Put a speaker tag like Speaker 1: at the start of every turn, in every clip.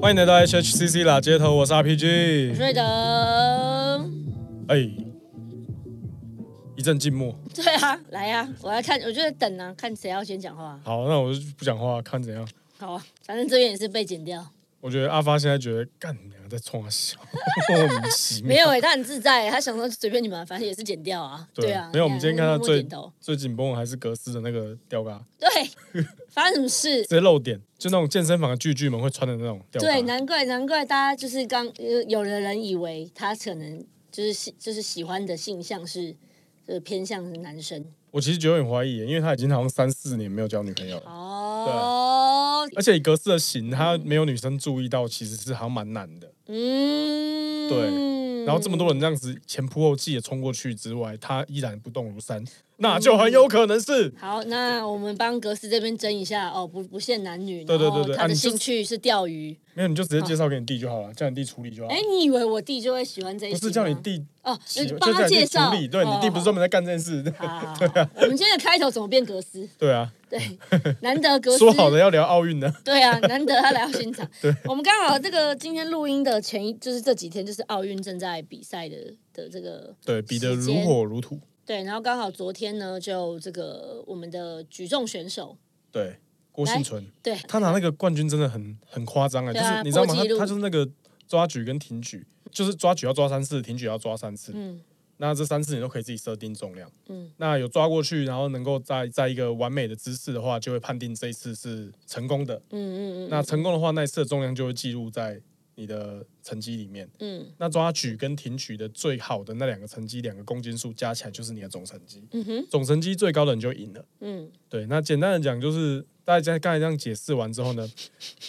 Speaker 1: 欢迎来到 HHCC 啦街头，我是 RPG。
Speaker 2: 瑞德，
Speaker 1: 哎，一阵静默。
Speaker 2: 对啊，来呀、啊，我要看，我就在等啊，看谁要先讲话啊、
Speaker 1: 好，那我就不讲话，看怎样。
Speaker 2: 好啊，反正这边也是被剪掉，
Speaker 1: 我觉得阿发现在觉得干你娘在冲他笑，莫名其妙。
Speaker 2: 没有哎、他很自在、他想说随便你们，反正也是剪掉啊。对啊，
Speaker 1: 没有。我们今天看到
Speaker 2: 默默
Speaker 1: 最
Speaker 2: 点头
Speaker 1: 最紧绷的还是格斯的那个吊嘎，
Speaker 2: 对，发生什么事
Speaker 1: 直？接露点，就那种健身房的巨巨们会穿的那种吊嘎。
Speaker 2: 对，难怪难怪大家就是刚有有的人以为他可能就是喜就是喜欢的性向是呃偏向是男生
Speaker 1: 我其实觉得有点怀疑耶，因为他已经好像三四年没有交女朋友了，
Speaker 2: 哦，
Speaker 1: 而且以格斯的型，他没有女生注意到，其实是好像蛮难的。
Speaker 2: 嗯，
Speaker 1: 对然后这么多人这样子前仆后继的冲过去之外，他依然不动如山，那就很有可能是
Speaker 2: 好，那我们帮格斯这边争一下哦，不不限男女，
Speaker 1: 对对对对
Speaker 2: 然后他
Speaker 1: 啊
Speaker 2: 的
Speaker 1: 你就
Speaker 2: 兴趣是钓鱼。
Speaker 1: 没有，你就直接介绍给你弟就好了，叫你弟处理就好
Speaker 2: 嗯哎、。你以为我弟就会喜欢这一集
Speaker 1: 哦不
Speaker 2: 吗？
Speaker 1: 是叫你弟
Speaker 2: 哦，
Speaker 1: 起，
Speaker 2: 就
Speaker 1: 就
Speaker 2: 帮
Speaker 1: 叫
Speaker 2: 他
Speaker 1: 你弟
Speaker 2: 介绍
Speaker 1: 处。理，对你弟不是专
Speaker 2: 说。
Speaker 1: 门在干这件事，
Speaker 2: 好好好好
Speaker 1: 啊
Speaker 2: 好我们今天的开头怎么变格斯？
Speaker 1: 对啊，
Speaker 2: 对，难得格斯。
Speaker 1: 说好的要聊奥运呢，
Speaker 2: 对啊，难得他来到 现场。对，我们刚好这个今天录音的前一，就是这几天就是奥运正在比赛的的这个
Speaker 1: 对比得
Speaker 2: 时
Speaker 1: 如
Speaker 2: 间
Speaker 1: 火如荼，
Speaker 2: 对，然后刚好昨天呢，就这个我们的举重选手
Speaker 1: 对郭
Speaker 2: 来
Speaker 1: 幸存，
Speaker 2: 对
Speaker 1: 他拿那个冠军真的很很夸张啊，就
Speaker 2: 对啊
Speaker 1: 是你知道吗？
Speaker 2: 破
Speaker 1: 他
Speaker 2: 纪录
Speaker 1: 他就是那个抓举跟挺举，就是抓举要抓三次，挺举要抓三次，
Speaker 2: 嗯
Speaker 1: 那这三次你都可以自己设定重量。
Speaker 2: 嗯
Speaker 1: 那有抓过去，然后能够在在一个完美的姿势的话，就会判定这一次是成功的。
Speaker 2: 嗯嗯嗯
Speaker 1: 那成功的话，那一次的重量就会记录在你的成绩里面。
Speaker 2: 嗯
Speaker 1: 那抓举跟挺举的最好的那两个成绩，两个公斤数加起来就是你的总成绩。
Speaker 2: 嗯哼
Speaker 1: 总成绩最高的你就赢了。
Speaker 2: 嗯，
Speaker 1: 对，那简单的讲就是，大家刚才这样解释完之后呢，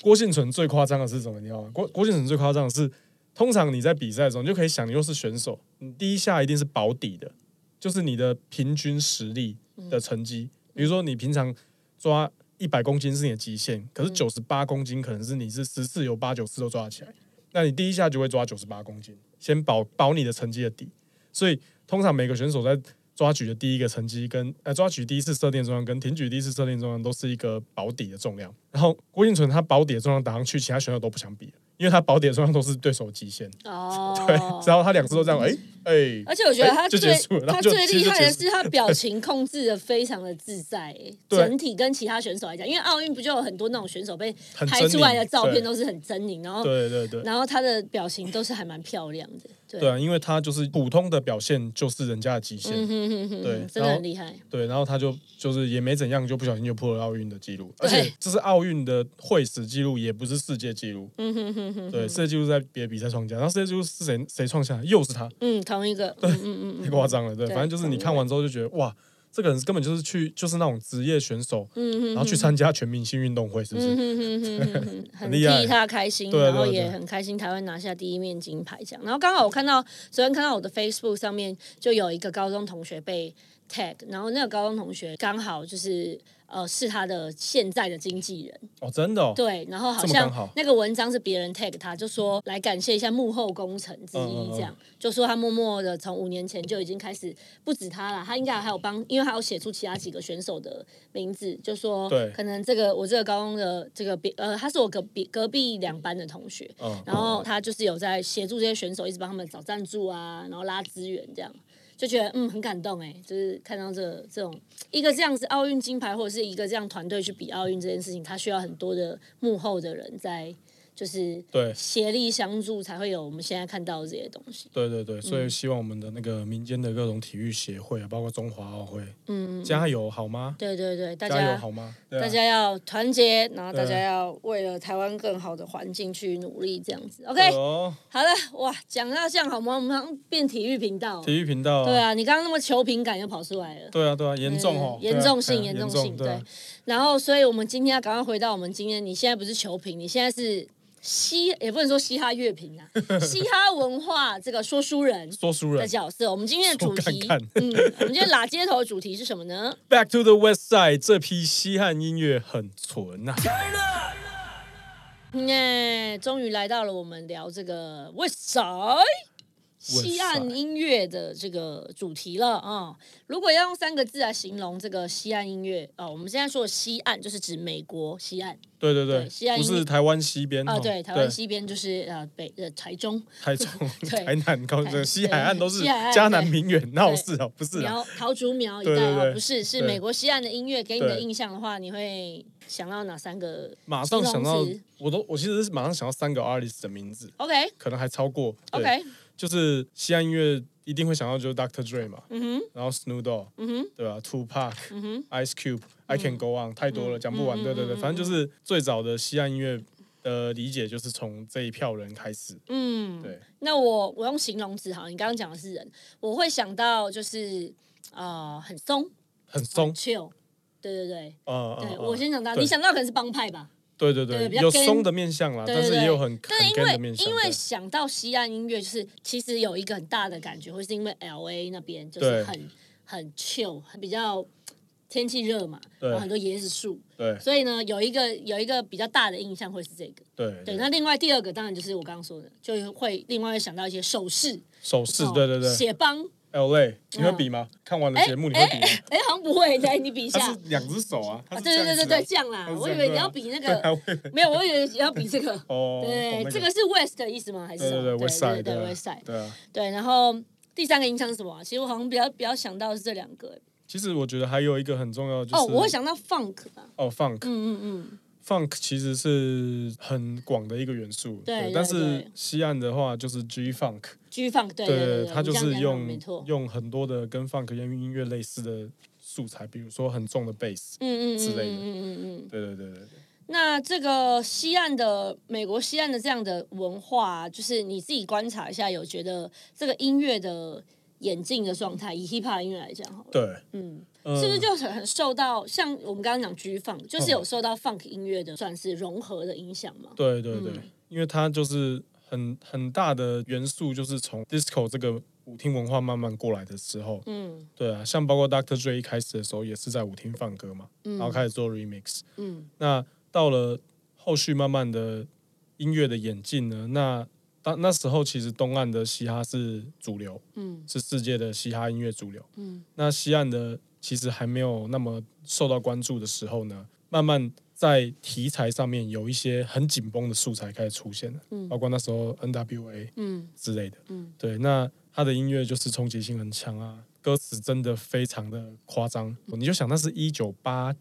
Speaker 1: 郭幸存最夸张的是什么？你知道吗？郭郭幸存最夸张的是，通常你在比赛的时候，你就可以想，你又是选手，你第一下一定是保底的，就是你的平均实力的成绩。比如说你平常抓一百公斤是你的极限，可是九十八公斤可能是你是十次有八九次都抓得起来，那你第一下就会抓九十八公斤，先保保你的成绩的底。所以通常每个选手在抓举的第一个成绩跟呃抓举第一次设定重量跟挺举第一次设定重量都是一个保底的重量。然后郭敬纯他保底的重量打上去，其他选手都不想比了，因为他保底的重量都是对手极限。
Speaker 2: 哦，嗯
Speaker 1: 对，然后他两次都这样，哎、哎、
Speaker 2: 而且我觉得
Speaker 1: 哎
Speaker 2: 他
Speaker 1: 就
Speaker 2: 最、
Speaker 1: 结束了，然
Speaker 2: 他
Speaker 1: 后就
Speaker 2: 最厉害的，
Speaker 1: 其实就结束
Speaker 2: 是他表情控制的非常的自在、欸，
Speaker 1: 对
Speaker 2: 整体跟其他选手来讲，因为奥运不就有很多那种选手被
Speaker 1: 很狰狞
Speaker 2: 拍出来的照
Speaker 1: 对
Speaker 2: 片都是很狰狞，然后
Speaker 1: 对对对。
Speaker 2: 然后他的表情都是还蛮漂亮的，对，
Speaker 1: 对啊，因为他就是普通的表现，就是人家的极限。
Speaker 2: 嗯哼哼哼，
Speaker 1: 对
Speaker 2: 真
Speaker 1: 然
Speaker 2: 的
Speaker 1: 后
Speaker 2: 很厉害，
Speaker 1: 对，然后他就就是也没怎样，就不小心就破了奥运的记录，而
Speaker 2: 对
Speaker 1: 且这是奥运的会史记录，也不是世界纪录。
Speaker 2: 嗯哼哼哼，
Speaker 1: 对，世界纪录在别的比赛创下，然后世界纪录是谁谁创下的？又是他，
Speaker 2: 嗯，同一个，嗯嗯嗯
Speaker 1: 太夸张了。对，
Speaker 2: 对
Speaker 1: 反正就是你看完之后就觉得哇，这个人根本就是去就是那种职业选手，
Speaker 2: 嗯
Speaker 1: 然后去参加全明星运动会，是不
Speaker 2: 嗯
Speaker 1: 是？
Speaker 2: 哼哼哼哼哼，很
Speaker 1: 很厉害
Speaker 2: 替他开心，
Speaker 1: 对啊
Speaker 2: 然后
Speaker 1: 对对
Speaker 2: 也很开心台湾拿下第一面金牌奖。然后刚好我看到昨天看到我的 Facebook 上面就有一个高中同学被 tag，然后那个高中同学刚好就是呃是他的现在的经纪人，
Speaker 1: 哦，真的哦。
Speaker 2: 对，然后好
Speaker 1: 这么刚
Speaker 2: 像
Speaker 1: 好
Speaker 2: 那个文章是别人 tag 他，就说来感谢一下幕后功臣之
Speaker 1: 嗯嗯
Speaker 2: 一，
Speaker 1: 嗯
Speaker 2: 这样就说他默默的从五年前就已经开始，不止他啦，他应该还有帮，因为他有写出其他几个选手的名字，就说
Speaker 1: 对
Speaker 2: 可能这个我这个高中的这个别呃，他是我隔壁隔壁两班的同学，
Speaker 1: 嗯，
Speaker 2: 然后他就是有在协助这些选手，一直帮他们找赞助啊，然后拉资源这样。就觉得嗯很感动哎，就是看到这个这种一个这样子奥运金牌或者是一个这样团队去比奥运这件事情，他需要很多的幕后的人在就是
Speaker 1: 对
Speaker 2: 协力相助，才会有我们现在看到的这些东西。
Speaker 1: 对对对，
Speaker 2: 嗯
Speaker 1: 所以希望我们的那个民间的各种体育协会啊，包括中华奥会，
Speaker 2: 嗯，
Speaker 1: 加油好吗？
Speaker 2: 对对对，大
Speaker 1: 加油
Speaker 2: 家
Speaker 1: 好吗？对啊
Speaker 2: 大家要团结，然后大
Speaker 1: 对
Speaker 2: 家要为了台湾更好的环境去努力，这样子。OK，
Speaker 1: 哦，
Speaker 2: 好了，哇，讲到这样好吗？我们好像变体育频道了。
Speaker 1: 体育频道。哦
Speaker 2: 对。啊，你刚刚那么求平感又跑出来了。
Speaker 1: 对啊，对啊，严重哦，
Speaker 2: 嗯
Speaker 1: 对啊
Speaker 2: 严重性
Speaker 1: 对啊
Speaker 2: 严
Speaker 1: 严
Speaker 2: 重性
Speaker 1: 对啊
Speaker 2: 对然后，所以我们今天要赶快回到我们今天，你现在不是球评，你现在是嘻，也不能说嘻哈乐 评啊，嘻哈文化这个说书人
Speaker 1: 说书
Speaker 2: 的
Speaker 1: 人
Speaker 2: 角色。我们今天的主题，
Speaker 1: 说干干
Speaker 2: 嗯，我们今天拉街头的主题是什么呢？
Speaker 1: ，Back to the West Side 这批西汉音乐很纯呐、啊，
Speaker 2: 嗯哎耶、终于来到了我们聊这个 West Side 哎西岸音乐的这个主题了啊、如果要用三个字来形容这个西岸音乐啊、我们现在说的西岸就是指美国西岸
Speaker 1: 对对
Speaker 2: 对西岸
Speaker 1: 不
Speaker 2: 音乐
Speaker 1: 是台湾西边
Speaker 2: 啊、
Speaker 1: 哦
Speaker 2: 对，台湾西边就是呃北呃台中，
Speaker 1: 台中、
Speaker 2: 对
Speaker 1: 台南、高
Speaker 2: 对
Speaker 1: 雄、西海岸都是
Speaker 2: 西海岸
Speaker 1: 嘉南平原，闹事哦，不是啊，
Speaker 2: 苗桃竹苗一
Speaker 1: 对
Speaker 2: 带
Speaker 1: 对
Speaker 2: 啊，
Speaker 1: 对
Speaker 2: 不是是
Speaker 1: 对
Speaker 2: 美国西岸的音乐给你的
Speaker 1: 对
Speaker 2: 印象的话，你会想到哪三个？
Speaker 1: 马上想到
Speaker 2: 形容词，
Speaker 1: 我都我其实是马上想到三个 artist 的名字，
Speaker 2: OK
Speaker 1: 可能还超过。对
Speaker 2: OK，
Speaker 1: 就是西岸音乐一定会想到就是 Dr. Dre 嘛，
Speaker 2: 嗯哼
Speaker 1: 然后 Snoop Dogg，
Speaker 2: 嗯哼
Speaker 1: 对吧？Two Pac、
Speaker 2: 嗯哼
Speaker 1: Ice Cube、I Can Go On，太多了，讲不完。
Speaker 2: 嗯
Speaker 1: 对对
Speaker 2: 嗯
Speaker 1: 对，
Speaker 2: 嗯
Speaker 1: 反正就是最早的西岸音乐的理解就是从这一票人开始。
Speaker 2: 嗯，
Speaker 1: 对，
Speaker 2: 那我我用形容词好了，你刚刚讲的是人，我会想到就是呃很松
Speaker 1: 很松
Speaker 2: 很，chill，对对对。
Speaker 1: 呃，
Speaker 2: 对，
Speaker 1: 嗯
Speaker 2: 我
Speaker 1: 嗯
Speaker 2: 先想到，
Speaker 1: 对
Speaker 2: 你想到可能是帮派吧？
Speaker 1: 对对
Speaker 2: 对
Speaker 1: 对
Speaker 2: 比，较
Speaker 1: 有
Speaker 2: gang
Speaker 1: 松的面相啦，
Speaker 2: 对
Speaker 1: 但
Speaker 2: 对
Speaker 1: 是
Speaker 2: 对，
Speaker 1: 也有很很
Speaker 2: 但因
Speaker 1: gay 的
Speaker 2: 为
Speaker 1: 面相。
Speaker 2: 因为
Speaker 1: 对
Speaker 2: 想到西岸音乐，就是其实有一个很大的感觉，会是因为 L A 那边就是
Speaker 1: 对
Speaker 2: 很很 chill，很比较天气热嘛，
Speaker 1: 对
Speaker 2: 然后很多椰子树，
Speaker 1: 对
Speaker 2: 所以呢有一个有一个比较大的印象会是这个。
Speaker 1: 对
Speaker 2: 对，那另外第二个当然就是我刚刚说的，就会另外会想到一些手势，
Speaker 1: 手势
Speaker 2: 哦，
Speaker 1: 对对对
Speaker 2: 血帮，
Speaker 1: ，L A，你会比吗？看完了节目你会比吗？
Speaker 2: 哎，好像不会，来你比一
Speaker 1: 他
Speaker 2: 下
Speaker 1: 是。两只手啊，他
Speaker 2: 啊，
Speaker 1: 是
Speaker 2: 对
Speaker 1: 这
Speaker 2: 对对
Speaker 1: 样
Speaker 2: 对
Speaker 1: 子啊
Speaker 2: 对，这样啦
Speaker 1: 他，是
Speaker 2: 我
Speaker 1: 这
Speaker 2: 以
Speaker 1: 样
Speaker 2: 为
Speaker 1: 对
Speaker 2: 你
Speaker 1: 啊
Speaker 2: 要比
Speaker 1: 对
Speaker 2: 那个，
Speaker 1: 啊我以为
Speaker 2: 没有，我以为要比这个。
Speaker 1: 哦，
Speaker 2: 对，
Speaker 1: 哦那
Speaker 2: 这个是 West 的意思吗？还是
Speaker 1: 对
Speaker 2: 什
Speaker 1: 对
Speaker 2: 么？
Speaker 1: 对，West Side，
Speaker 2: 对
Speaker 1: 对啊
Speaker 2: West Side。
Speaker 1: 对啊。
Speaker 2: 对，然后第三个印象是什么啊、其实我好像比较比较想到的是这两个、欸
Speaker 1: 其实我觉得还有一个很重要，就是
Speaker 2: 哦，我会想到 funk 啊，
Speaker 1: 哦，funk，funk
Speaker 2: 嗯嗯
Speaker 1: 其实是很广的一个元素，
Speaker 2: 对对
Speaker 1: 但
Speaker 2: 对
Speaker 1: 是西岸的话就是 G funk，
Speaker 2: 嗯，G funk，对对对，
Speaker 1: 它
Speaker 2: 你
Speaker 1: 就
Speaker 2: 这样
Speaker 1: 是
Speaker 2: 讲
Speaker 1: 用
Speaker 2: 没错，
Speaker 1: 用很多的跟 funk 音乐类似的素材，比如说很重的 bass，
Speaker 2: 嗯嗯嗯
Speaker 1: 之
Speaker 2: 嗯
Speaker 1: 类的
Speaker 2: 嗯嗯嗯。
Speaker 1: 对对对对
Speaker 2: 那这个西岸的美国西岸的这样的文化啊、就是你自己观察一下，有觉得这个音乐的演进的状态，以 hip hop 音乐来讲好了，
Speaker 1: 对对，
Speaker 2: 嗯，
Speaker 1: 嗯
Speaker 2: 是不是就很很受到像我们刚刚讲 G funk，就是
Speaker 1: 嗯
Speaker 2: 有受到 funk 音乐的算是融合的影响嘛？
Speaker 1: 对对对
Speaker 2: 嗯，
Speaker 1: 因为它就是很很大的元素，就是从 disco 这个舞厅文化慢慢过来的时候，
Speaker 2: 嗯
Speaker 1: 对啊，像包括 Dr. Dre 一开始的时候也是在舞厅放歌嘛，然后开始做 remix。
Speaker 2: 嗯
Speaker 1: 那到了后续慢慢的音乐的演进呢，那当那时候其实东岸的嘻哈是主流，
Speaker 2: 嗯
Speaker 1: 是世界的嘻哈音乐主流。
Speaker 2: 嗯，
Speaker 1: 那西岸的其实还没有那么受到关注的时候呢，慢慢在题材上面有一些很紧绷的素材开始出现了，
Speaker 2: 嗯
Speaker 1: 包括那时候 NWA
Speaker 2: 嗯
Speaker 1: 之类的。
Speaker 2: 嗯
Speaker 1: 对，那他的音乐就是冲击性很强啊，歌词真的非常的夸张。
Speaker 2: 嗯
Speaker 1: 你就想那是一九八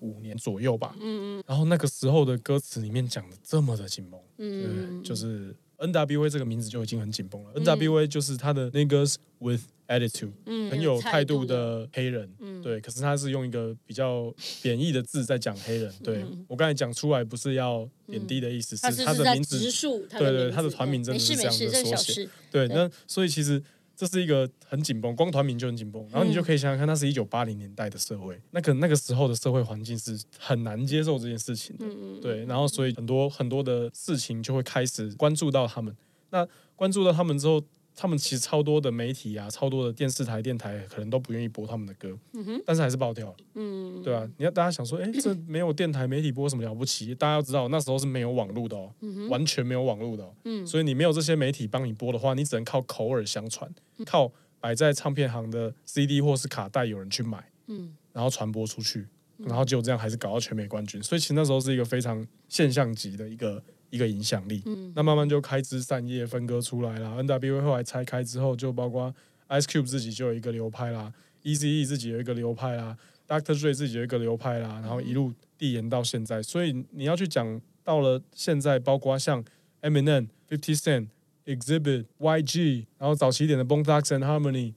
Speaker 1: 五年左右吧，
Speaker 2: 嗯嗯
Speaker 1: 然后那个时候的歌词里面讲的这么的紧绷，对不
Speaker 2: 嗯，
Speaker 1: 对，就是 N.W.A 这个名字就已经很紧绷了。N.W.A 就是他的那个 with attitude，
Speaker 2: 嗯
Speaker 1: 很有态
Speaker 2: 度
Speaker 1: 度，的黑人，
Speaker 2: 嗯
Speaker 1: 对，可是他是用一个比较贬义的字在讲黑人。对
Speaker 2: 嗯
Speaker 1: 我刚才讲出来不是要贬低的意思，
Speaker 2: 他
Speaker 1: 是
Speaker 2: 是
Speaker 1: 他
Speaker 2: 不是
Speaker 1: 的
Speaker 2: 在
Speaker 1: 名字
Speaker 2: 植树，
Speaker 1: 对对
Speaker 2: 名
Speaker 1: 他的
Speaker 2: 字
Speaker 1: 团名真的
Speaker 2: 没事
Speaker 1: 是这
Speaker 2: 没
Speaker 1: 样
Speaker 2: 事，
Speaker 1: 的
Speaker 2: 这是
Speaker 1: 缩
Speaker 2: 小
Speaker 1: 写
Speaker 2: 事，
Speaker 1: 对，
Speaker 2: 对
Speaker 1: 那所以其实这是一个很紧绷，光团名就很紧绷。然
Speaker 2: 嗯
Speaker 1: 后你就可以想想看，那是一九八零年代的社会，那个那个时候的社会环境是很难接受这件事情的。
Speaker 2: 嗯嗯，
Speaker 1: 对，然后所以很多很多的事情就会开始关注到他们。那关注到他们之后，他们其实超多的媒体啊，超多的电视台、电台可能都不愿意播他们的歌，
Speaker 2: 嗯哼，
Speaker 1: 但是还是爆掉了，
Speaker 2: 嗯，
Speaker 1: 对啊，你要大家想说，哎，这没有电台媒体播什么了不起？大家要知道那时候是没有网络的哦，完全没有网络的、哦，
Speaker 2: 嗯
Speaker 1: 所以你没有这些媒体帮你播的话，你只能靠口耳相传，
Speaker 2: 嗯
Speaker 1: 靠摆在唱片行的 CD 或是卡带有人去买。
Speaker 2: 嗯
Speaker 1: 然后传播出去，然后结果这样还是搞到全美冠军，所以其实那时候是一个非常现象级的一个一个影响力。
Speaker 2: 嗯
Speaker 1: 那慢慢就开枝散叶，分割出来啦。N.W.A 后来拆开之后，就包括 Ice Cube 自己就有一个流派啦，E.C.E 自己有一个流派啦，Dr. Dre 自己有一个流派啦，然后一路递延到现在。所以你要去讲到了现在，包括像 Eminem、Fifty Cent、Exhibit、YG，然后早期一点的 Bone Thugs and Harmony，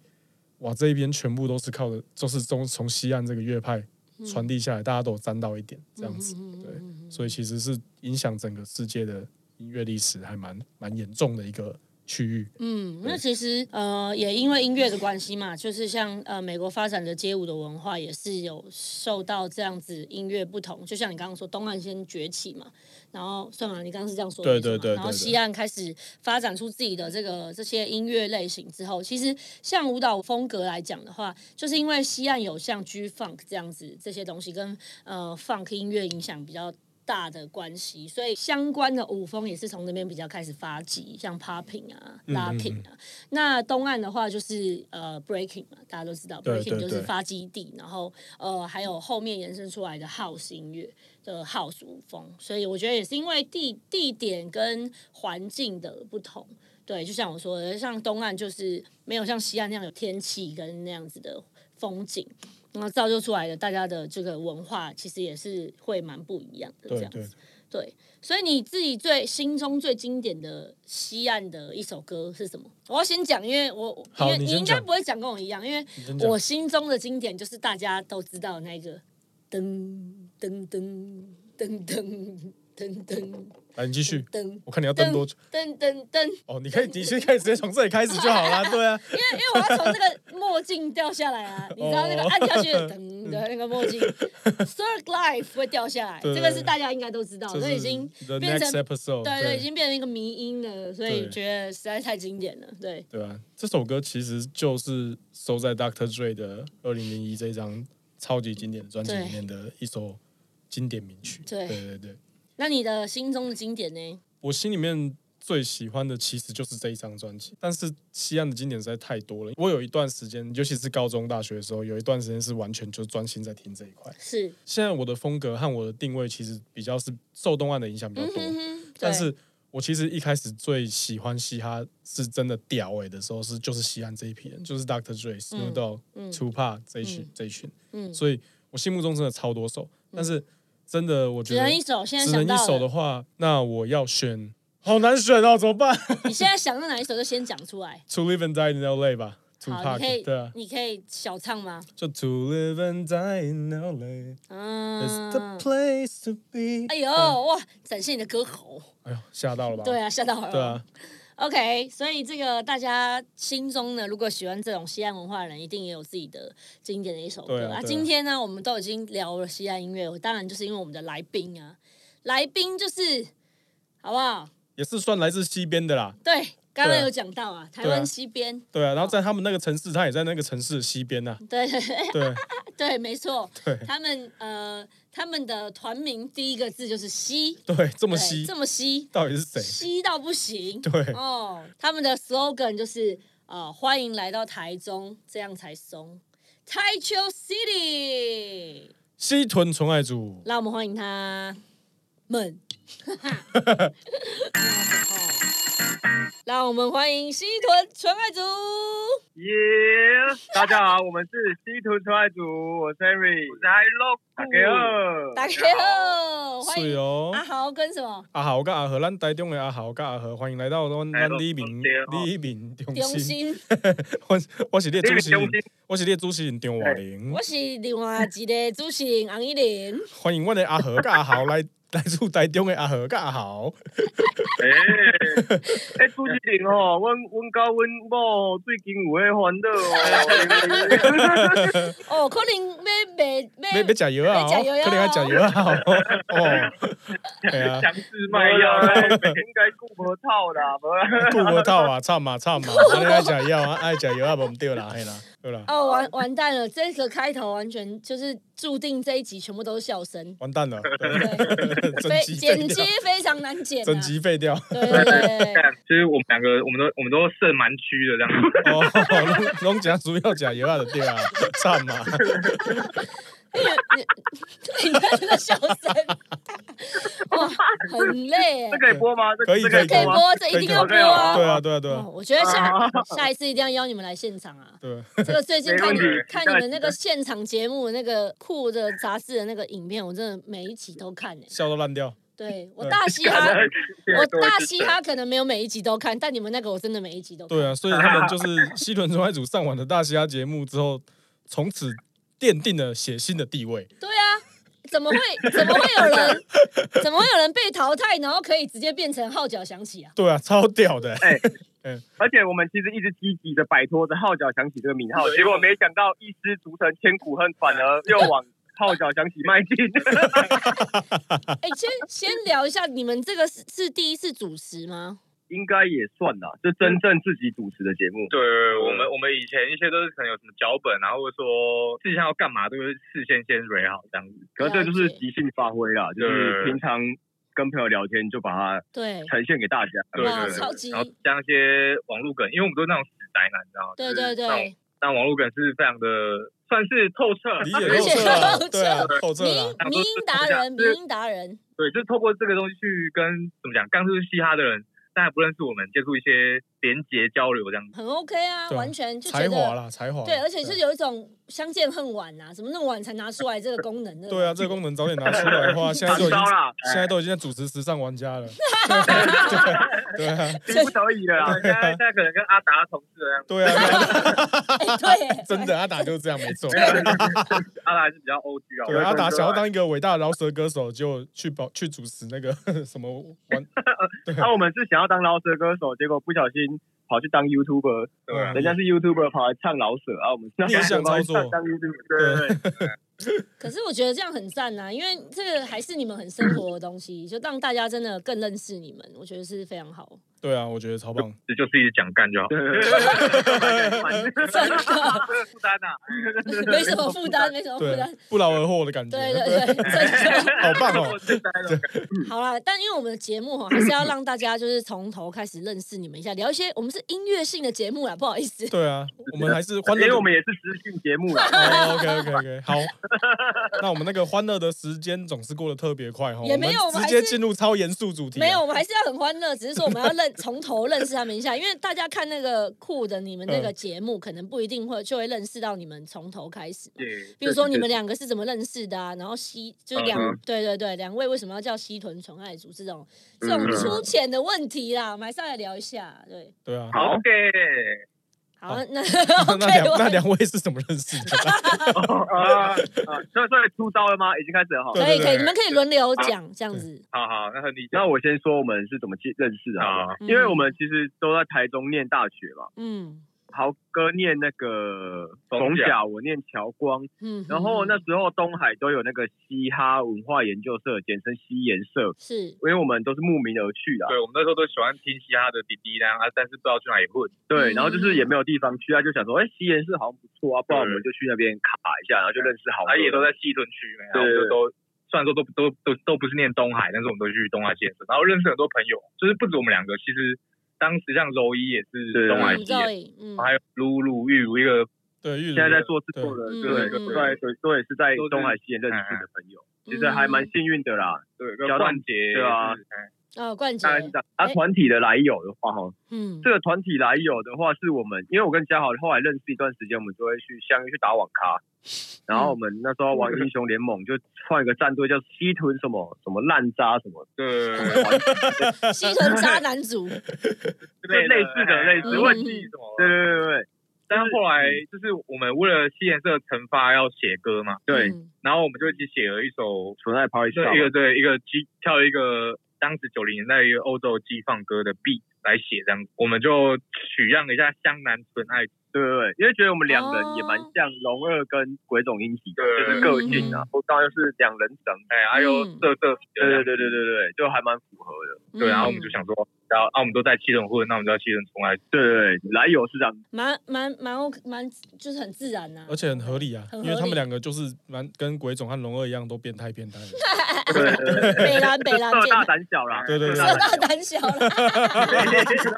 Speaker 1: 哇，这一边全部都是靠的，就是从从西岸这个乐派
Speaker 2: 嗯
Speaker 1: 传递下来，大家都有沾到一点这样子，对，所以其实是影响整个世界的音乐历史还蛮蛮严重的一个区域，
Speaker 2: 嗯，那其实呃，也因为音乐的关系嘛，就是像呃，美国发展的街舞的文化也是有受到这样子音乐不同，就像你刚刚说，东岸先崛起嘛，然后算嘛，你刚刚是这样说
Speaker 1: 对
Speaker 2: 的，没错嘛
Speaker 1: 对对
Speaker 2: 然后
Speaker 1: 对对
Speaker 2: 西岸开始发展出自己的这个这些音乐类型之后，其实像舞蹈风格来讲的话，就是因为西岸有像 G Funk 这样子这些东西跟呃 Funk 音乐影响比较。大的关系，所以相关的舞风也是从那边比较开始发迹，像 popping 啊、locking
Speaker 1: 嗯
Speaker 2: 啊。那东岸的话就是呃 breaking 嘛，大家都知道
Speaker 1: 对
Speaker 2: breaking
Speaker 1: 对
Speaker 2: 就是
Speaker 1: 对
Speaker 2: 发基地，然后呃还有后面延伸出来的 house 音乐的 house 舞风，所以我觉得也是因为地地点跟环境的不同。对，就像我说的，像东岸就是没有像西岸那样有天气跟那样子的风景，然后造就出来的大家的这个文化其实也是会蛮不一样的这
Speaker 1: 对
Speaker 2: 样
Speaker 1: 对
Speaker 2: 子。，对，所以你自己最心中最经典的西岸的一首歌是什么？我要先讲，因为我我因
Speaker 1: 好
Speaker 2: 为
Speaker 1: 你
Speaker 2: 你
Speaker 1: 先
Speaker 2: 应该
Speaker 1: 讲
Speaker 2: 不会讲跟我一样，因为
Speaker 1: 你真讲
Speaker 2: 我心中的经典就是大家都知道的那个噔噔噔噔噔噔噔
Speaker 1: 来你继续，
Speaker 2: 噔
Speaker 1: 我看你要登多久。
Speaker 2: 噔噔噔，
Speaker 1: 哦，你可以，你先可以直接从这里开始就好啦。对 啊，
Speaker 2: 因为因为我要从这个墨镜掉下来啊，你知道那个
Speaker 1: 哦
Speaker 2: 按下去噔的那个墨 镜，Third Life 会掉下来，
Speaker 1: 对
Speaker 2: 这个是大家应该都知道，
Speaker 1: 这
Speaker 2: 这
Speaker 1: 是
Speaker 2: 已经
Speaker 1: the
Speaker 2: 变
Speaker 1: next
Speaker 2: 成
Speaker 1: episode，
Speaker 2: 对对，已经变成一个迷音了，所以
Speaker 1: 哦对
Speaker 2: 觉得实在太经典了。对，
Speaker 1: 对啊，这首歌其实就是收在 Dr. Dre 的二零零一这一张超级经典的专辑里面的一首经典名曲。
Speaker 2: 对
Speaker 1: 对对对，
Speaker 2: 那你的心中的经典呢？
Speaker 1: 我心里面最喜欢的其实就是这一张专辑，但是西岸的经典实在太多了。我有一段时间，尤其是高中、大学的时候，有一段时间是完全就专心在听这一块。
Speaker 2: 是，
Speaker 1: 现在我的风格和我的定位其实比较是受东岸的影响比较
Speaker 2: 嗯
Speaker 1: 多，
Speaker 2: 哼哼，
Speaker 1: 但
Speaker 2: 对
Speaker 1: 是我其实一开始最喜欢嘻哈是真的屌哎、的时候是就是西安这一批人，就是 Dr. Dre、Snoop Dogg、Tupac 这一群、这一群，
Speaker 2: 嗯
Speaker 1: 所以我心目中真的超多首，但是真的我觉
Speaker 2: 只
Speaker 1: 得
Speaker 2: 能一首，现在
Speaker 1: 只能
Speaker 2: 想
Speaker 1: 一
Speaker 2: 到
Speaker 1: 首的
Speaker 2: 了，
Speaker 1: 话，那我要选，好难选哦，怎么办
Speaker 2: 你现在想到哪一首就先讲出 来。
Speaker 1: ？To Live and Die in L.A. 吧
Speaker 2: 好，你可
Speaker 1: ，Tupac
Speaker 2: 以
Speaker 1: 对啊，，
Speaker 2: 你可以小唱吗？
Speaker 1: 就 To Live and Die in L.A. is the
Speaker 2: 嗯，
Speaker 1: place to be。
Speaker 2: 哎呦哇，展现你的歌喉，
Speaker 1: 哎呦，吓到了吧？
Speaker 2: 对啊，吓到了。
Speaker 1: 对啊，
Speaker 2: OK，所以这个大家心中呢，如果喜欢这种西安文化的人，一定也有自己的经典的一首歌。
Speaker 1: 对啊对啊
Speaker 2: 今天呢，我们都已经聊了西安音乐，我当然就是因为我们的来宾啊，来宾就是好不好？
Speaker 1: 也是算来自西边的啦。
Speaker 2: 对，刚
Speaker 1: 对
Speaker 2: 刚
Speaker 1: 啊
Speaker 2: 有讲到啊，台
Speaker 1: 对
Speaker 2: 湾
Speaker 1: 啊
Speaker 2: 西边，
Speaker 1: 对啊，然后在他们那个城市，他也在那个城市的西边呐、
Speaker 2: 对
Speaker 1: 对
Speaker 2: 对，没错，
Speaker 1: 对
Speaker 2: 他们呃，他们的团名第一个字就是西，
Speaker 1: 对，这
Speaker 2: 这
Speaker 1: 么西，
Speaker 2: 这么西，
Speaker 1: 到底是谁？
Speaker 2: 西到不 行。
Speaker 1: 对
Speaker 2: 哦，他们的 slogan 就是呃，欢迎来到台中，这样才松。台球 City，
Speaker 1: 西屯纯爱组，
Speaker 2: 让我们欢迎他 们。让我们欢迎西屯纯爱组。
Speaker 3: 耶大家好，我们是西图纯爱组，我是 Henry，我是 I Love，大家好，
Speaker 2: 打开后，欢
Speaker 1: 是
Speaker 2: 迎啊
Speaker 1: 哦。
Speaker 2: 阿豪跟什么
Speaker 1: 阿豪跟阿和，咱台中的阿豪跟阿和，欢迎来到咱
Speaker 3: 哎
Speaker 1: 咱李明
Speaker 3: 哦
Speaker 1: 李明中
Speaker 2: 刘
Speaker 1: 心。
Speaker 2: 星，
Speaker 1: 我我是你的主持
Speaker 3: 李
Speaker 1: 人
Speaker 3: 明中心，哎
Speaker 1: 我是你的主持人张华玲
Speaker 2: 我。是另外一个主持人王依林。
Speaker 1: 欢迎我的阿和跟阿豪来来自台中的阿和跟阿豪。
Speaker 3: 哎，哎，主持人吼，阮阮甲阮某最近有迄烦恼哦，
Speaker 2: 哦，可能要
Speaker 1: 别
Speaker 2: 要
Speaker 1: 别食药啊！
Speaker 2: 哎要吃药
Speaker 1: 哦可能要食药啊！哦，对 啊，
Speaker 3: 强制卖药，应该顾不套啦，无啦，
Speaker 1: 顾不到啊，惨嘛 惨嘛，安尼爱食药啊，爱食药啊，无毋对啦，嘿啦，对啦，
Speaker 2: 哦，完完蛋了！这个开头完全就是注定这一集全部都是笑声，
Speaker 1: 完蛋 了，
Speaker 2: 对
Speaker 1: 整
Speaker 2: 非
Speaker 1: 集废
Speaker 2: 剪接
Speaker 1: 掉，
Speaker 2: 非常难剪、啊，
Speaker 1: 整集废掉，
Speaker 2: 对对对 对，
Speaker 3: 其实我们两个，我们都我们都肾蛮虚的这样子，
Speaker 1: 哦， 拢拢食主要食药啊，就对啊，惨嘛，
Speaker 2: 你看这个笑声，哇，很累耶
Speaker 3: 这。 可以播吗？这
Speaker 1: 可以
Speaker 3: 这可以
Speaker 2: 可以
Speaker 3: 吗？
Speaker 2: 播，这一定要播啊！
Speaker 1: 对啊对啊对啊
Speaker 2: 哦我觉得下下一次一定要邀你们来现场啊！
Speaker 1: 对，
Speaker 2: 这个最近看你
Speaker 3: 没问题
Speaker 2: 看你们那个现场节目那个酷的杂志的那个影片，我真的每一集都看诶、
Speaker 1: 笑都烂掉，
Speaker 2: 对我大嘻 哈，我大嘻哈可能没有每一集都看，但你们那个我真的每一集都看。
Speaker 1: 对啊，所以他们 就是西屯中爱组上完的大嘻哈节目之后，从此奠定了写信的地位，
Speaker 2: 对啊，怎么会怎么会有人怎么会有人被淘汰，然后可以直接变成号角响起啊？
Speaker 1: 对啊，超屌 的，
Speaker 3: 哎
Speaker 1: 嗯，
Speaker 3: 而且我们其实一直积极的摆脱着号角响起这个名号，结果没想到一失足成千古恨，反而又往号角响起 迈进。
Speaker 2: 哎、先先聊一下，你们这个是是第一次主持吗？
Speaker 3: 应该也算啦，就真正自己主持的节目。
Speaker 4: 对，我们我们以前一些都是可能有什么脚本啊，或者说事先要干嘛，都会事先先蕊好这样子。
Speaker 3: 可是这就是
Speaker 2: 了解
Speaker 3: 即兴发挥啦，就是
Speaker 4: 对
Speaker 3: 平常跟朋友聊天就把它
Speaker 2: 对
Speaker 3: 呈现给大家。
Speaker 4: 对
Speaker 2: 哇
Speaker 4: 对对，
Speaker 2: 超级
Speaker 4: 然后加一些网络梗，因为我们都是那种死宅男，你知道吗？
Speaker 2: 对
Speaker 4: 就是
Speaker 2: 对
Speaker 4: 那种
Speaker 2: 对，
Speaker 4: 但网络梗是非常的，算是透彻，
Speaker 1: 理解
Speaker 2: 而
Speaker 1: 透
Speaker 2: 且
Speaker 1: 彻了，
Speaker 2: 透彻
Speaker 1: 对啊，透彻了。
Speaker 2: 民民音达人，民音达人，
Speaker 4: 对，就是透过这个东西去跟怎么讲，刚出嘻哈的人，但还不认识我们，接触一些连结交流这样子。
Speaker 2: 很 OK 啊，
Speaker 1: 对啊
Speaker 2: 完全就觉
Speaker 1: 才华
Speaker 2: 得
Speaker 1: 啦，才华啦。
Speaker 2: 对，而且就是有一种相见恨晚呐，什么弄晚才拿出来这个功能，
Speaker 1: 对啊，这个 功能早点拿出来的话，现在就已经
Speaker 3: 烧啦，
Speaker 1: 现在都已经在主持时尚玩 家了。对啊，
Speaker 3: 逼不得已的啦。
Speaker 4: 现在现在可能跟阿达同事的样子，
Speaker 1: 对啊，
Speaker 2: 能 对，
Speaker 1: 真的阿达就是这样，没 错。
Speaker 4: 阿达还是比较 O G 啊。
Speaker 1: 对，阿达想要当一个伟大的饶舌歌手，就去保去主持那个什么玩，
Speaker 3: 那、啊我们是想要当饶舌歌手，结果不小心跑去当 YouTuber，
Speaker 4: 对啊
Speaker 3: 人家是 YouTuber 跑来唱饶舌啊，我们是
Speaker 1: 逆向操作
Speaker 3: 当 YouTuber，对对对，
Speaker 2: 可是我觉得这样很赞呐、因为这个还是你们很生活的东西，就让大家真的更认识你们，我觉得是非常 好。
Speaker 1: 对啊，我觉得超棒。
Speaker 4: 这就是一直讲干就好。
Speaker 2: 真的
Speaker 4: 负担啊，
Speaker 2: 没什么负担，没什么负
Speaker 1: 对啊
Speaker 2: 担。，
Speaker 1: 不劳而获的感觉，
Speaker 2: 对啊对对，真 的
Speaker 1: 好棒哦！
Speaker 4: 负担了。
Speaker 2: 好啦，但因为我们的节目哈，还是要让大家就是从头开始认识你们一下，聊一些我们是音乐性的节目啦，不好意思。
Speaker 1: 对啊，我们还是欢
Speaker 3: 因为
Speaker 1: 乐
Speaker 3: 我。们也是资讯节目啦。
Speaker 1: OK OK OK，好，那我们那个欢乐的时间总是过得特别快哈，
Speaker 2: 也没有
Speaker 1: 我
Speaker 2: 我
Speaker 1: 们
Speaker 2: 们
Speaker 1: 直
Speaker 2: 还
Speaker 1: 接
Speaker 2: 是
Speaker 1: 进入超严肃主题啊。
Speaker 2: 没有，我们还是要很欢乐，只是说我们要认从头认识他们一下，因为大家看那个酷的你们那个节目，可能不一定会就会认识到你们从头开始。比如说你们两个是怎么认识的啊？然后西就是两、
Speaker 4: 嗯
Speaker 2: 对对对，两位为什么要叫西屯纯爱组这种这
Speaker 4: 嗯
Speaker 2: 种粗浅的问题啦？我们还是要来聊一下。对，
Speaker 1: 对 啊，
Speaker 4: 好 OK，
Speaker 2: 好，那
Speaker 1: 那那两那
Speaker 2: OK，
Speaker 1: 两位是怎么认识的？
Speaker 3: 啊，所以所以出招了吗？已经开始了哈。
Speaker 1: 对
Speaker 2: 可以可
Speaker 1: 对
Speaker 2: 以，你们可以轮流讲这样子。
Speaker 4: 好好，那和你
Speaker 3: 那我先说我们是怎么认认识的好了，
Speaker 2: 嗯
Speaker 3: 因为我们其实都在台中念大学嘛。
Speaker 2: 嗯
Speaker 3: 豪哥念那个
Speaker 4: 冯
Speaker 3: 冯甲，
Speaker 4: 甲
Speaker 3: 我念侨光，
Speaker 2: 嗯，
Speaker 3: 然后那
Speaker 2: 嗯
Speaker 3: 时候东海都有那个嘻哈文化研究社，简称嘻研社，
Speaker 2: 是
Speaker 3: 因为我们都是慕名而去的啊，
Speaker 4: 对我们那时候都喜欢听嘻哈的滴滴啦，啊，但是不知道去哪里混。
Speaker 2: 嗯
Speaker 3: 对，然后就是也没有地方去啊，就想说，哎，西岩市好像不错啊，不然我们就去那边卡一下，然后就认识好多人。
Speaker 4: 啊，也都在西屯区，然
Speaker 3: 对
Speaker 4: 后就都虽然说都都都都不是念东海，但是我们都去东海建设，然后认识很多朋友，就是不止我们两个，其实当时像柔一也是
Speaker 3: 对
Speaker 4: 东海
Speaker 2: 嗯，
Speaker 4: 系
Speaker 2: 赵
Speaker 4: 的，
Speaker 2: 颖，嗯，
Speaker 4: 还有露露玉如一个，
Speaker 1: 对，玉
Speaker 3: 现在在
Speaker 1: 如
Speaker 3: 做制作的，
Speaker 2: 对嗯
Speaker 3: 对，对，对，都也是在
Speaker 4: 都是
Speaker 3: 东海西岩认识的朋友，其实
Speaker 2: 嗯
Speaker 3: 还蛮幸运的啦。
Speaker 4: 对，跟
Speaker 3: 交通
Speaker 4: 冠杰，
Speaker 3: 对啊
Speaker 4: 就是，哎
Speaker 2: 哦，冠杰
Speaker 3: 当，然是这样，
Speaker 2: 哎
Speaker 3: 啊，团体的来友的话，哈，
Speaker 2: 嗯，
Speaker 3: 这个团体来友的话，是我们，因为我跟嘉豪后来认识一段时间，我们就会去相约去打网咖，然后我们那时候玩英雄联盟，就创一个战队叫西屯什么什么烂渣什么，
Speaker 4: 对，
Speaker 2: 西屯渣男组，
Speaker 4: 哎
Speaker 3: 对类似的类似
Speaker 2: 嗯
Speaker 3: 问
Speaker 2: 嗯
Speaker 3: 题，
Speaker 4: 什么
Speaker 3: 对对对对
Speaker 4: 但是后来就是我们为了西颜社惩罚要写歌嘛，
Speaker 3: 对，
Speaker 2: 嗯
Speaker 4: 然后我们就一起写了一首，
Speaker 3: 纯爱 Party 啊
Speaker 4: 就
Speaker 3: Star 嘛。
Speaker 4: 一个对一个 G 跳了一个当时九零年代一个欧洲激放歌的 B 来写这样子，我们就取样了一下湘南纯爱
Speaker 3: 对对对，因为觉得我们两人也蛮
Speaker 2: 哦
Speaker 3: 像龙二跟鬼冢英体的，
Speaker 4: 对
Speaker 3: 就是个性
Speaker 1: 嗯
Speaker 3: 啊，不当然是两人整。
Speaker 4: 哎，还有
Speaker 2: 嗯
Speaker 4: 这这，
Speaker 3: 对对对对对对，就还蛮符合的。
Speaker 4: 对，然后我们就想说，然后啊，我们都在七人混，那我们就要七人重来。
Speaker 3: 对对对，来由是这样，
Speaker 2: 蛮蛮蛮 OK，蛮就是很自然呐、
Speaker 1: 而且很合理啊，
Speaker 2: 很
Speaker 1: 因
Speaker 2: 合
Speaker 1: 为他
Speaker 2: 理
Speaker 1: 们两个就是蛮跟鬼冢和龙二一样，都变态变态的。
Speaker 3: 对对 对对，
Speaker 2: 北蓝北蓝
Speaker 3: 各
Speaker 2: 健
Speaker 3: 大
Speaker 2: 谈，
Speaker 3: 胆小啦，
Speaker 1: 对对对
Speaker 3: 各
Speaker 2: 色
Speaker 3: 大
Speaker 2: 大胆小啦，
Speaker 3: 胆 小，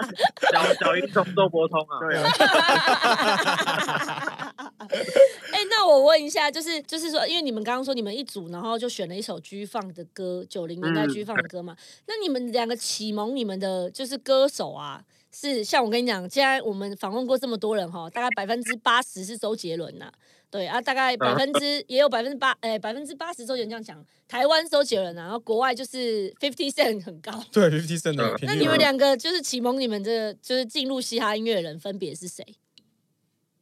Speaker 4: 小小英雄周伯通啊，
Speaker 3: 对啊，
Speaker 2: 哎、那我问一下，就是就是说，因为你们刚刚说你们一组，然后就选了一首 G 放的歌，九零年代
Speaker 3: 嗯
Speaker 2: G 放的歌嘛。那你们两个启蒙你们的就是歌手啊，是像我跟你讲，现在我们访问过这么多人哈，大概百分之八十是周杰伦呐、对啊，大概
Speaker 3: 嗯
Speaker 2: 百分之也有百分之八，哎，百分之八十周杰伦这样讲，台湾周杰伦啊，然后国外就是 Fifty Cent 很高。
Speaker 1: 对，Fifty Cent
Speaker 3: 嗯
Speaker 1: 的频
Speaker 2: 那
Speaker 1: 率
Speaker 2: 你
Speaker 1: 很高
Speaker 2: 们两个就是启蒙你们这就是进入嘻哈音乐的人分别是谁？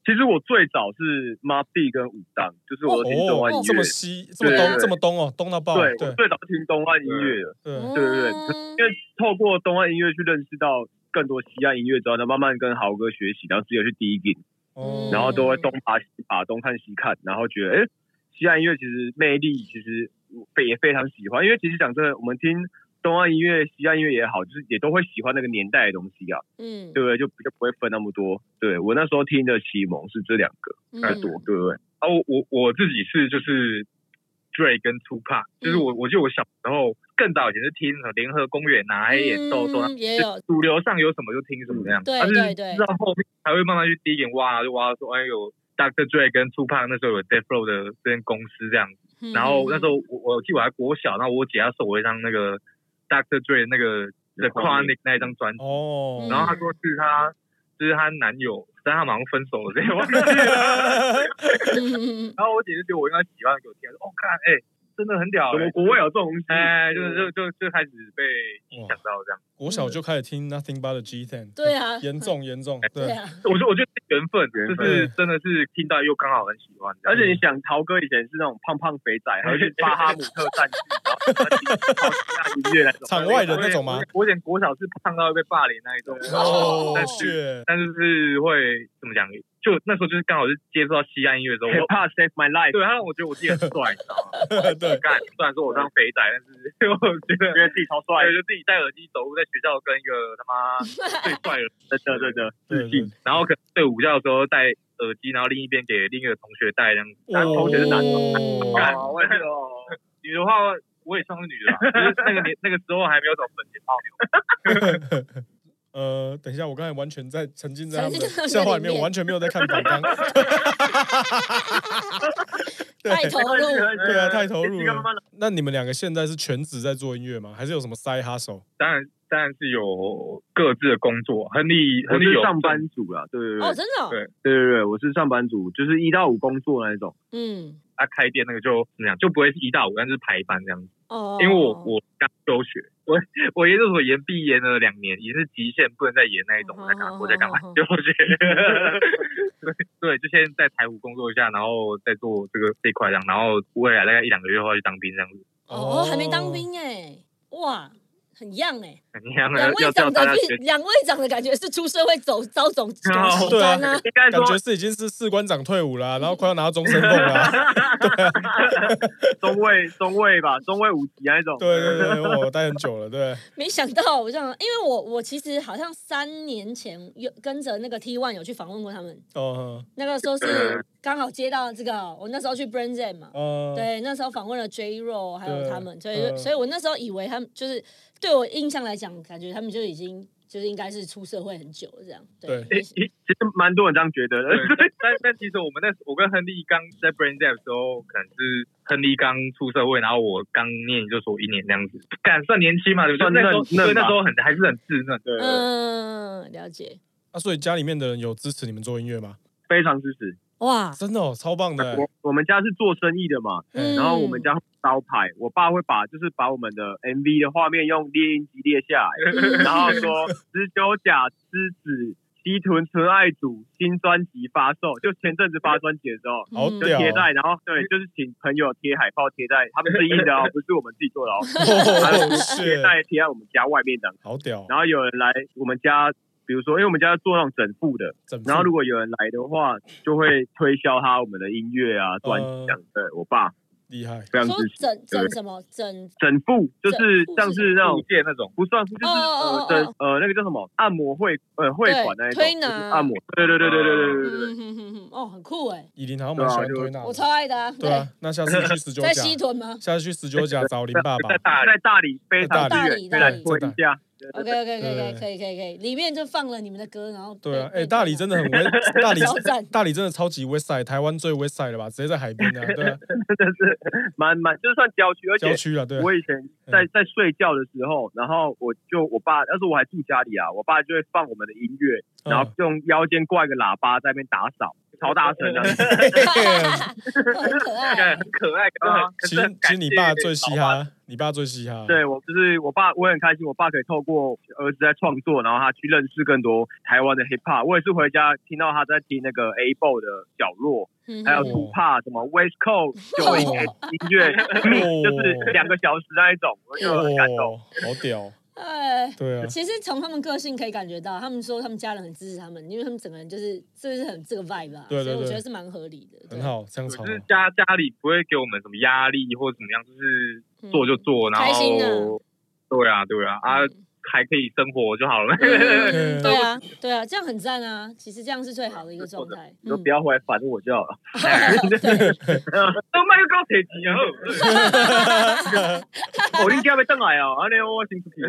Speaker 3: 其实我最早是 Ma B 跟武当，就是我听东岸音
Speaker 1: 哦，这么
Speaker 3: 乐，
Speaker 1: 西，这么
Speaker 3: 对
Speaker 1: 东，这么东哦，东到爆，
Speaker 3: 对
Speaker 1: 对
Speaker 3: 我最早是听东岸音乐的，
Speaker 1: 对，
Speaker 2: 嗯
Speaker 3: 对对因为透过东岸音乐去认识到更多西岸音乐之后，呢，慢慢跟豪哥学习，然后自己有去 digging。
Speaker 1: 哦，
Speaker 3: 然后都会东爬西爬，东看西看，然后觉得哎，诶西岸音乐其实魅力其非也非常喜欢，因为其实讲真的，我们听东方音乐、西洋音乐也好，就是也都会喜欢那个年代的东西啊，
Speaker 2: 嗯，
Speaker 3: 对不对？就比较不会分那么多。对我那时候听的启蒙是这两个太多，对不对？
Speaker 4: 啊，我我我自己是就是 Dre 跟 Tupac，就是
Speaker 2: 嗯
Speaker 4: 我我记得我小时候更早以前是听什么联合公园啊、黑眼豆豆啊，
Speaker 2: 嗯也有，
Speaker 4: 主流上有什么就听什么这样。
Speaker 2: 嗯对
Speaker 4: 但是
Speaker 2: 对对
Speaker 4: 直到后面才会慢慢去第一眼挖，就挖到说哎有 Dr. Dre 跟 Tupac 那时候有 Death Row 的这间公司这样。
Speaker 2: 嗯
Speaker 4: 然后那时
Speaker 2: 嗯
Speaker 4: 候我我记得我还国小，然后我姐她送我一张那个 Dr. Dre 那个 The Chronic 那一张专辑，
Speaker 1: 哦，
Speaker 2: 嗯
Speaker 4: 然后她说是她就是她男友，但他们好像分手了这样。 忘记了
Speaker 2: 嗯嗯嗯
Speaker 4: 然后我姐就觉得我应该喜欢给我听，她说哦看哎、真的很屌、
Speaker 3: 怎么
Speaker 4: 欸，
Speaker 3: 国外有这种东西？
Speaker 4: 哎就就就就开始被影响到这样。
Speaker 1: 我小就开始听 Nothing But the G Ten，
Speaker 2: 嗯对啊
Speaker 1: 严重严重，
Speaker 2: 对
Speaker 1: 对，
Speaker 2: 啊，
Speaker 4: 我觉得我觉得是缘分，
Speaker 3: 缘分
Speaker 4: 就是真的是听到又刚好很喜欢这样，
Speaker 3: 而且你想，陶哥以前是那种胖胖肥仔，还会去巴哈姆特战士，然后他听超级大音乐那种
Speaker 1: 场外人那种吗？
Speaker 4: 我以前国小是胖到被霸凌那一种，
Speaker 1: 哦
Speaker 4: 但，是
Speaker 1: 血，
Speaker 4: 但就是会怎么讲？就那时候就是刚好是接触到西安音乐的时候，
Speaker 3: Hip
Speaker 4: 我
Speaker 3: Hop Save My Life，
Speaker 4: 对啊他让我觉得我自己很帅，你知道吗？
Speaker 1: 对，
Speaker 4: 干，虽然说我当肥仔，但是我觉得
Speaker 3: 觉得自己超帅
Speaker 4: 对，，就自己戴耳机走路在学校跟一个他妈最帅的人，
Speaker 3: 真的真的。
Speaker 1: 对对，
Speaker 4: 然后可能对午觉的时候戴耳机，然后另一边给另一个同学戴这样子。
Speaker 1: 哦
Speaker 3: 同学是男
Speaker 4: 干
Speaker 3: 哦我也是哦，
Speaker 4: 女的话，我也算是女 的吧，就是那个年那个时候还没有找本钱泡妞。
Speaker 1: 呃，等一下，我刚才完全在沉浸在他们
Speaker 2: 沉浸在
Speaker 1: 的
Speaker 2: 他们
Speaker 1: 笑话
Speaker 2: 里
Speaker 1: 里面，
Speaker 2: 面
Speaker 1: 我完全没有在看反 纲。
Speaker 2: 太 投入，
Speaker 1: 对啊，太投入
Speaker 3: 你这个慢慢
Speaker 1: 了。那你们两个现在是全职在做音乐吗？还是有什么 side hustle？
Speaker 4: 当然，当然是有各自的工作。亨利，
Speaker 3: 我
Speaker 4: 亨利
Speaker 3: 是
Speaker 4: 有
Speaker 3: 上班族啦，对对对
Speaker 2: 哦，，真的哦，
Speaker 4: 对
Speaker 3: 对对对，我是上班族，就是一到五工作那一种。
Speaker 2: 嗯，
Speaker 4: 啊，开店那个就怎么样，就不会是一到五，但是排班这样子。
Speaker 2: 哦，
Speaker 4: 因为我我刚休学， 我我研究所研毕业了两年，也是极限，不能再研那一种。我在干，我在干嘛？
Speaker 2: 哦
Speaker 4: 休学。 对对，就先在台湖工作一下，然后再做这个这一块这样，然后未来大概一两个月后要去当兵这样子。
Speaker 2: 哦还没当。兵哎，哇，很样哎，
Speaker 4: 你看，
Speaker 2: 两
Speaker 4: 要
Speaker 2: 位
Speaker 4: 要
Speaker 2: 长
Speaker 4: 大
Speaker 2: 得
Speaker 4: 家
Speaker 2: 比
Speaker 4: 学习。
Speaker 2: 两位长得感觉是出社会走遭总总
Speaker 4: 哦
Speaker 2: 洗
Speaker 1: 对啊
Speaker 2: 干啊，
Speaker 4: 应该
Speaker 1: 感
Speaker 4: 说
Speaker 1: 觉是已经是士官长退伍了啊、然后快要拿到终身俸了啊、
Speaker 3: 中尉，中尉吧，中尉五级那一种。
Speaker 1: 对对对， 对我待很久了，对，
Speaker 2: 没想到我这样，因为我我其实好像三年前有跟着那个 T One 有去访问过他们，
Speaker 1: 哦
Speaker 2: 那个时候
Speaker 4: 嗯
Speaker 2: 是刚好接到这个，我那时候去 Brain Jam 嘛，
Speaker 1: 哦，
Speaker 2: 对，那时候访问了 J Ro 还有
Speaker 1: 对
Speaker 2: 他们，所以就
Speaker 1: 嗯
Speaker 2: 所以我那时候以为他们就是对我印象来讲，感觉他们就已经就是应该是出社会很久了这样，对，
Speaker 1: 对
Speaker 2: 没想
Speaker 3: 其实蛮多人这样觉 得的。
Speaker 4: 对，但但但其实我们那我跟亨利刚在 Brain Jam 的时候，可能是亨利刚出社会，然后我刚念研究所一年那样子，敢算年轻嘛？对不对？
Speaker 3: 算
Speaker 4: 那时候
Speaker 3: 嫩嫩
Speaker 4: 对那
Speaker 3: 吧
Speaker 4: 时候很还是很稚嫩。
Speaker 3: 对，
Speaker 2: 嗯，了解，
Speaker 1: 啊，所以家里面的人有支持你们做音乐吗？
Speaker 3: 非常支持。
Speaker 2: 哇，
Speaker 1: 真的哦，超棒的、
Speaker 3: 我我们家是做生意的嘛，
Speaker 1: 嗯
Speaker 3: 然后我们家会招牌，我爸会把就是把我们的 MV 的画面用猎鹰机列下来，
Speaker 2: 嗯
Speaker 3: 然后说十九甲狮子西屯纯爱组新专辑发售，就前阵子发专辑的时
Speaker 2: 嗯
Speaker 3: 候。
Speaker 1: 好
Speaker 3: 就
Speaker 1: 屌
Speaker 3: 贴在，然后对，就是请朋友贴海报贴在，他们自印的哦，不是我们自己做的哦，
Speaker 1: 哦，
Speaker 3: 贴
Speaker 1: 是，
Speaker 3: 在贴在我们家外面的。
Speaker 1: 好屌，
Speaker 3: 然后有人来我们家，比如说，因为我们家做那种整副的，
Speaker 1: 整副
Speaker 3: 然后如果有人来的话，就会推销他我们的音乐啊、专辑这样。对我爸
Speaker 1: 厉害，
Speaker 3: 非常
Speaker 2: 说
Speaker 3: 支持。
Speaker 2: 整
Speaker 3: 对
Speaker 2: 整什么整
Speaker 3: 整副就是
Speaker 2: 整副
Speaker 3: 像是那
Speaker 4: 那
Speaker 3: 种
Speaker 4: 种界那种，
Speaker 3: 不算副，就
Speaker 2: 哦
Speaker 3: 是
Speaker 2: 哦哦
Speaker 3: 呃
Speaker 2: 哦
Speaker 3: 整呃那个叫什么按摩会呃会馆那一种，
Speaker 2: 推
Speaker 3: 就
Speaker 2: 拿
Speaker 3: 是按摩。对对对对对对对对对。
Speaker 2: 嗯哼哼哼，哦，很酷哎，
Speaker 1: 以琳好像
Speaker 3: 啊
Speaker 1: 蛮喜欢推那
Speaker 2: 我
Speaker 1: 的，
Speaker 2: 超爱的啊，
Speaker 1: 对啊，那下次去十九
Speaker 2: 在
Speaker 1: 甲，
Speaker 2: 西屯吗
Speaker 1: 下次去十九甲找林爸爸
Speaker 4: 在，大
Speaker 3: 在大理非常
Speaker 1: 在
Speaker 2: 大
Speaker 3: 之
Speaker 2: 理
Speaker 3: 远，可以来
Speaker 2: 在大理
Speaker 3: 推一下。对对
Speaker 2: ？OK
Speaker 3: 对
Speaker 2: OK
Speaker 1: 对
Speaker 2: OK 可以可以可以，里面就放了你们的歌，然后
Speaker 1: 对啊，
Speaker 2: 被
Speaker 1: 哎，大理真的很 west，大理
Speaker 2: 超赞
Speaker 1: 大理真的超级 west side，台湾最 west side 了吧，直接在海边啊，对啊，
Speaker 3: 真的是蛮蛮，就算郊区，而且
Speaker 1: 郊区啊，对啊，
Speaker 3: 我以前在在睡觉的时候，然后我就我爸，那时候我还住家里啊，我爸就会放我们的音乐，
Speaker 1: 嗯
Speaker 3: 然后 用腰间挂一个喇叭在那边打扫，超大声
Speaker 1: 嗯
Speaker 3: 的。
Speaker 2: 很可爱
Speaker 4: 干，很可爱。可是很
Speaker 3: 啊
Speaker 4: 可
Speaker 1: 其
Speaker 4: 是
Speaker 1: 实
Speaker 4: 很
Speaker 1: 嗯其
Speaker 4: 感
Speaker 1: 实你
Speaker 4: 谢
Speaker 1: 爸最嘻
Speaker 4: 老爸，
Speaker 1: 哈，你爸最嘻哈，
Speaker 3: 对我就是我爸，我也很开心，我爸可以透过儿子在创作，然后他去认识更多台湾的 hip hop。我也是回家听到他在听那个 A b o 的角落，
Speaker 2: 嗯
Speaker 3: 还有
Speaker 1: 哦
Speaker 3: Tupac 什么 West Coast 九零音乐， 就是两个小时那一种，我就很感动。
Speaker 1: 哦，好屌，
Speaker 2: 哎。
Speaker 1: 对啊，
Speaker 2: 其实从他们个性可以感觉到，他们说他们家人很支持他们，因为他们整个人就是就是很这个 vibe 啊，
Speaker 1: 对对
Speaker 2: 所以我
Speaker 1: 对
Speaker 2: 觉得是蛮合理的，
Speaker 1: 很好，这样超
Speaker 4: 就
Speaker 1: 好
Speaker 4: 是家家里不会给我们什么压力或者怎么样，就是
Speaker 2: 对，
Speaker 4: 做就做，
Speaker 2: 嗯
Speaker 4: 然
Speaker 2: 开心啊
Speaker 4: 后对啊，对啊，啊，还可以生活就好了。
Speaker 2: 嗯对啊，对啊，这样很赞啊！其实这样是最好的一个状态。
Speaker 3: 嗯
Speaker 2: 嗯
Speaker 3: 就不要回来烦我就好了。
Speaker 2: 对，
Speaker 4: 都卖个高铁机啊！
Speaker 3: 我应该被邓来啊，安尼我辛苦你。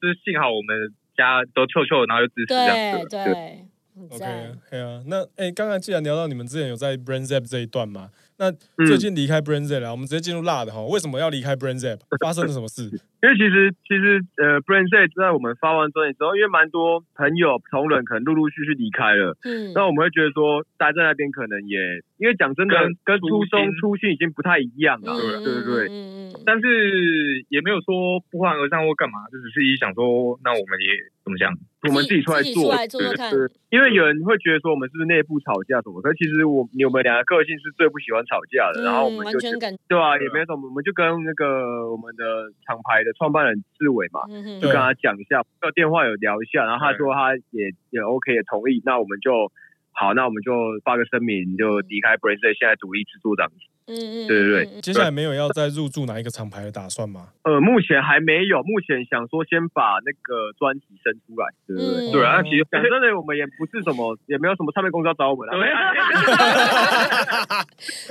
Speaker 4: 就是幸好我们家都臭臭，然后又支持这样
Speaker 2: 对
Speaker 4: 子。
Speaker 2: 对，很
Speaker 1: OK，
Speaker 2: 赞。
Speaker 1: 对啊。那哎，刚才既然聊到你们之前有在 Brain Zap 这一段嘛，那
Speaker 4: 嗯
Speaker 1: 最近离开 Brain Zap 了，我们直接进入辣的哈。为什么要离开 Brain Zap？发生了什么事？
Speaker 3: 因为其实其实呃，Brain Set 在我们发完专辑之后，因为蛮多朋友同仁可能陆陆续续离开了，
Speaker 2: 嗯，
Speaker 3: 那我们会觉得说待在那边可能也，因为讲真的
Speaker 4: 跟，
Speaker 3: 跟初中
Speaker 4: 初心
Speaker 3: 初心已经不太一样了，
Speaker 2: 嗯
Speaker 3: 对不对？
Speaker 2: 嗯嗯嗯
Speaker 4: 但是也没有说不欢而散或干嘛，就只是一想说，那我们也怎么讲？
Speaker 3: 我们自己出来
Speaker 2: 自己
Speaker 3: 做
Speaker 2: 出，来做做看。
Speaker 3: 对，因为有人会觉得说我们是不是内部吵架什么，可其实我你们两个个性是最不喜欢吵架的，然后我
Speaker 2: 嗯
Speaker 3: 们
Speaker 2: 完
Speaker 3: 就觉
Speaker 2: 全
Speaker 3: 得
Speaker 2: 感，
Speaker 3: 对啊，也没什么，我们就跟那个我们的厂牌的创办人志伟嘛，
Speaker 2: 嗯哼
Speaker 3: 就
Speaker 1: 对
Speaker 3: 跟他讲一下，就电话有聊一下，然后他说他也也 OK 也同意，那我们就好，那我们就发个声明，就离开 b r a z e 现在独立制作这样子。
Speaker 2: 嗯嗯，
Speaker 3: 对对
Speaker 2: 对，
Speaker 1: 接下来没有要再入驻哪一个厂牌的打算吗？
Speaker 3: 呃，目前还没有，目前想说先把那个专辑生出来，对不对？
Speaker 2: 嗯
Speaker 4: 对啊，那其实
Speaker 3: 讲真的，我们也不是什么，也没有什么唱片公司要找我们啊。
Speaker 4: 对啊，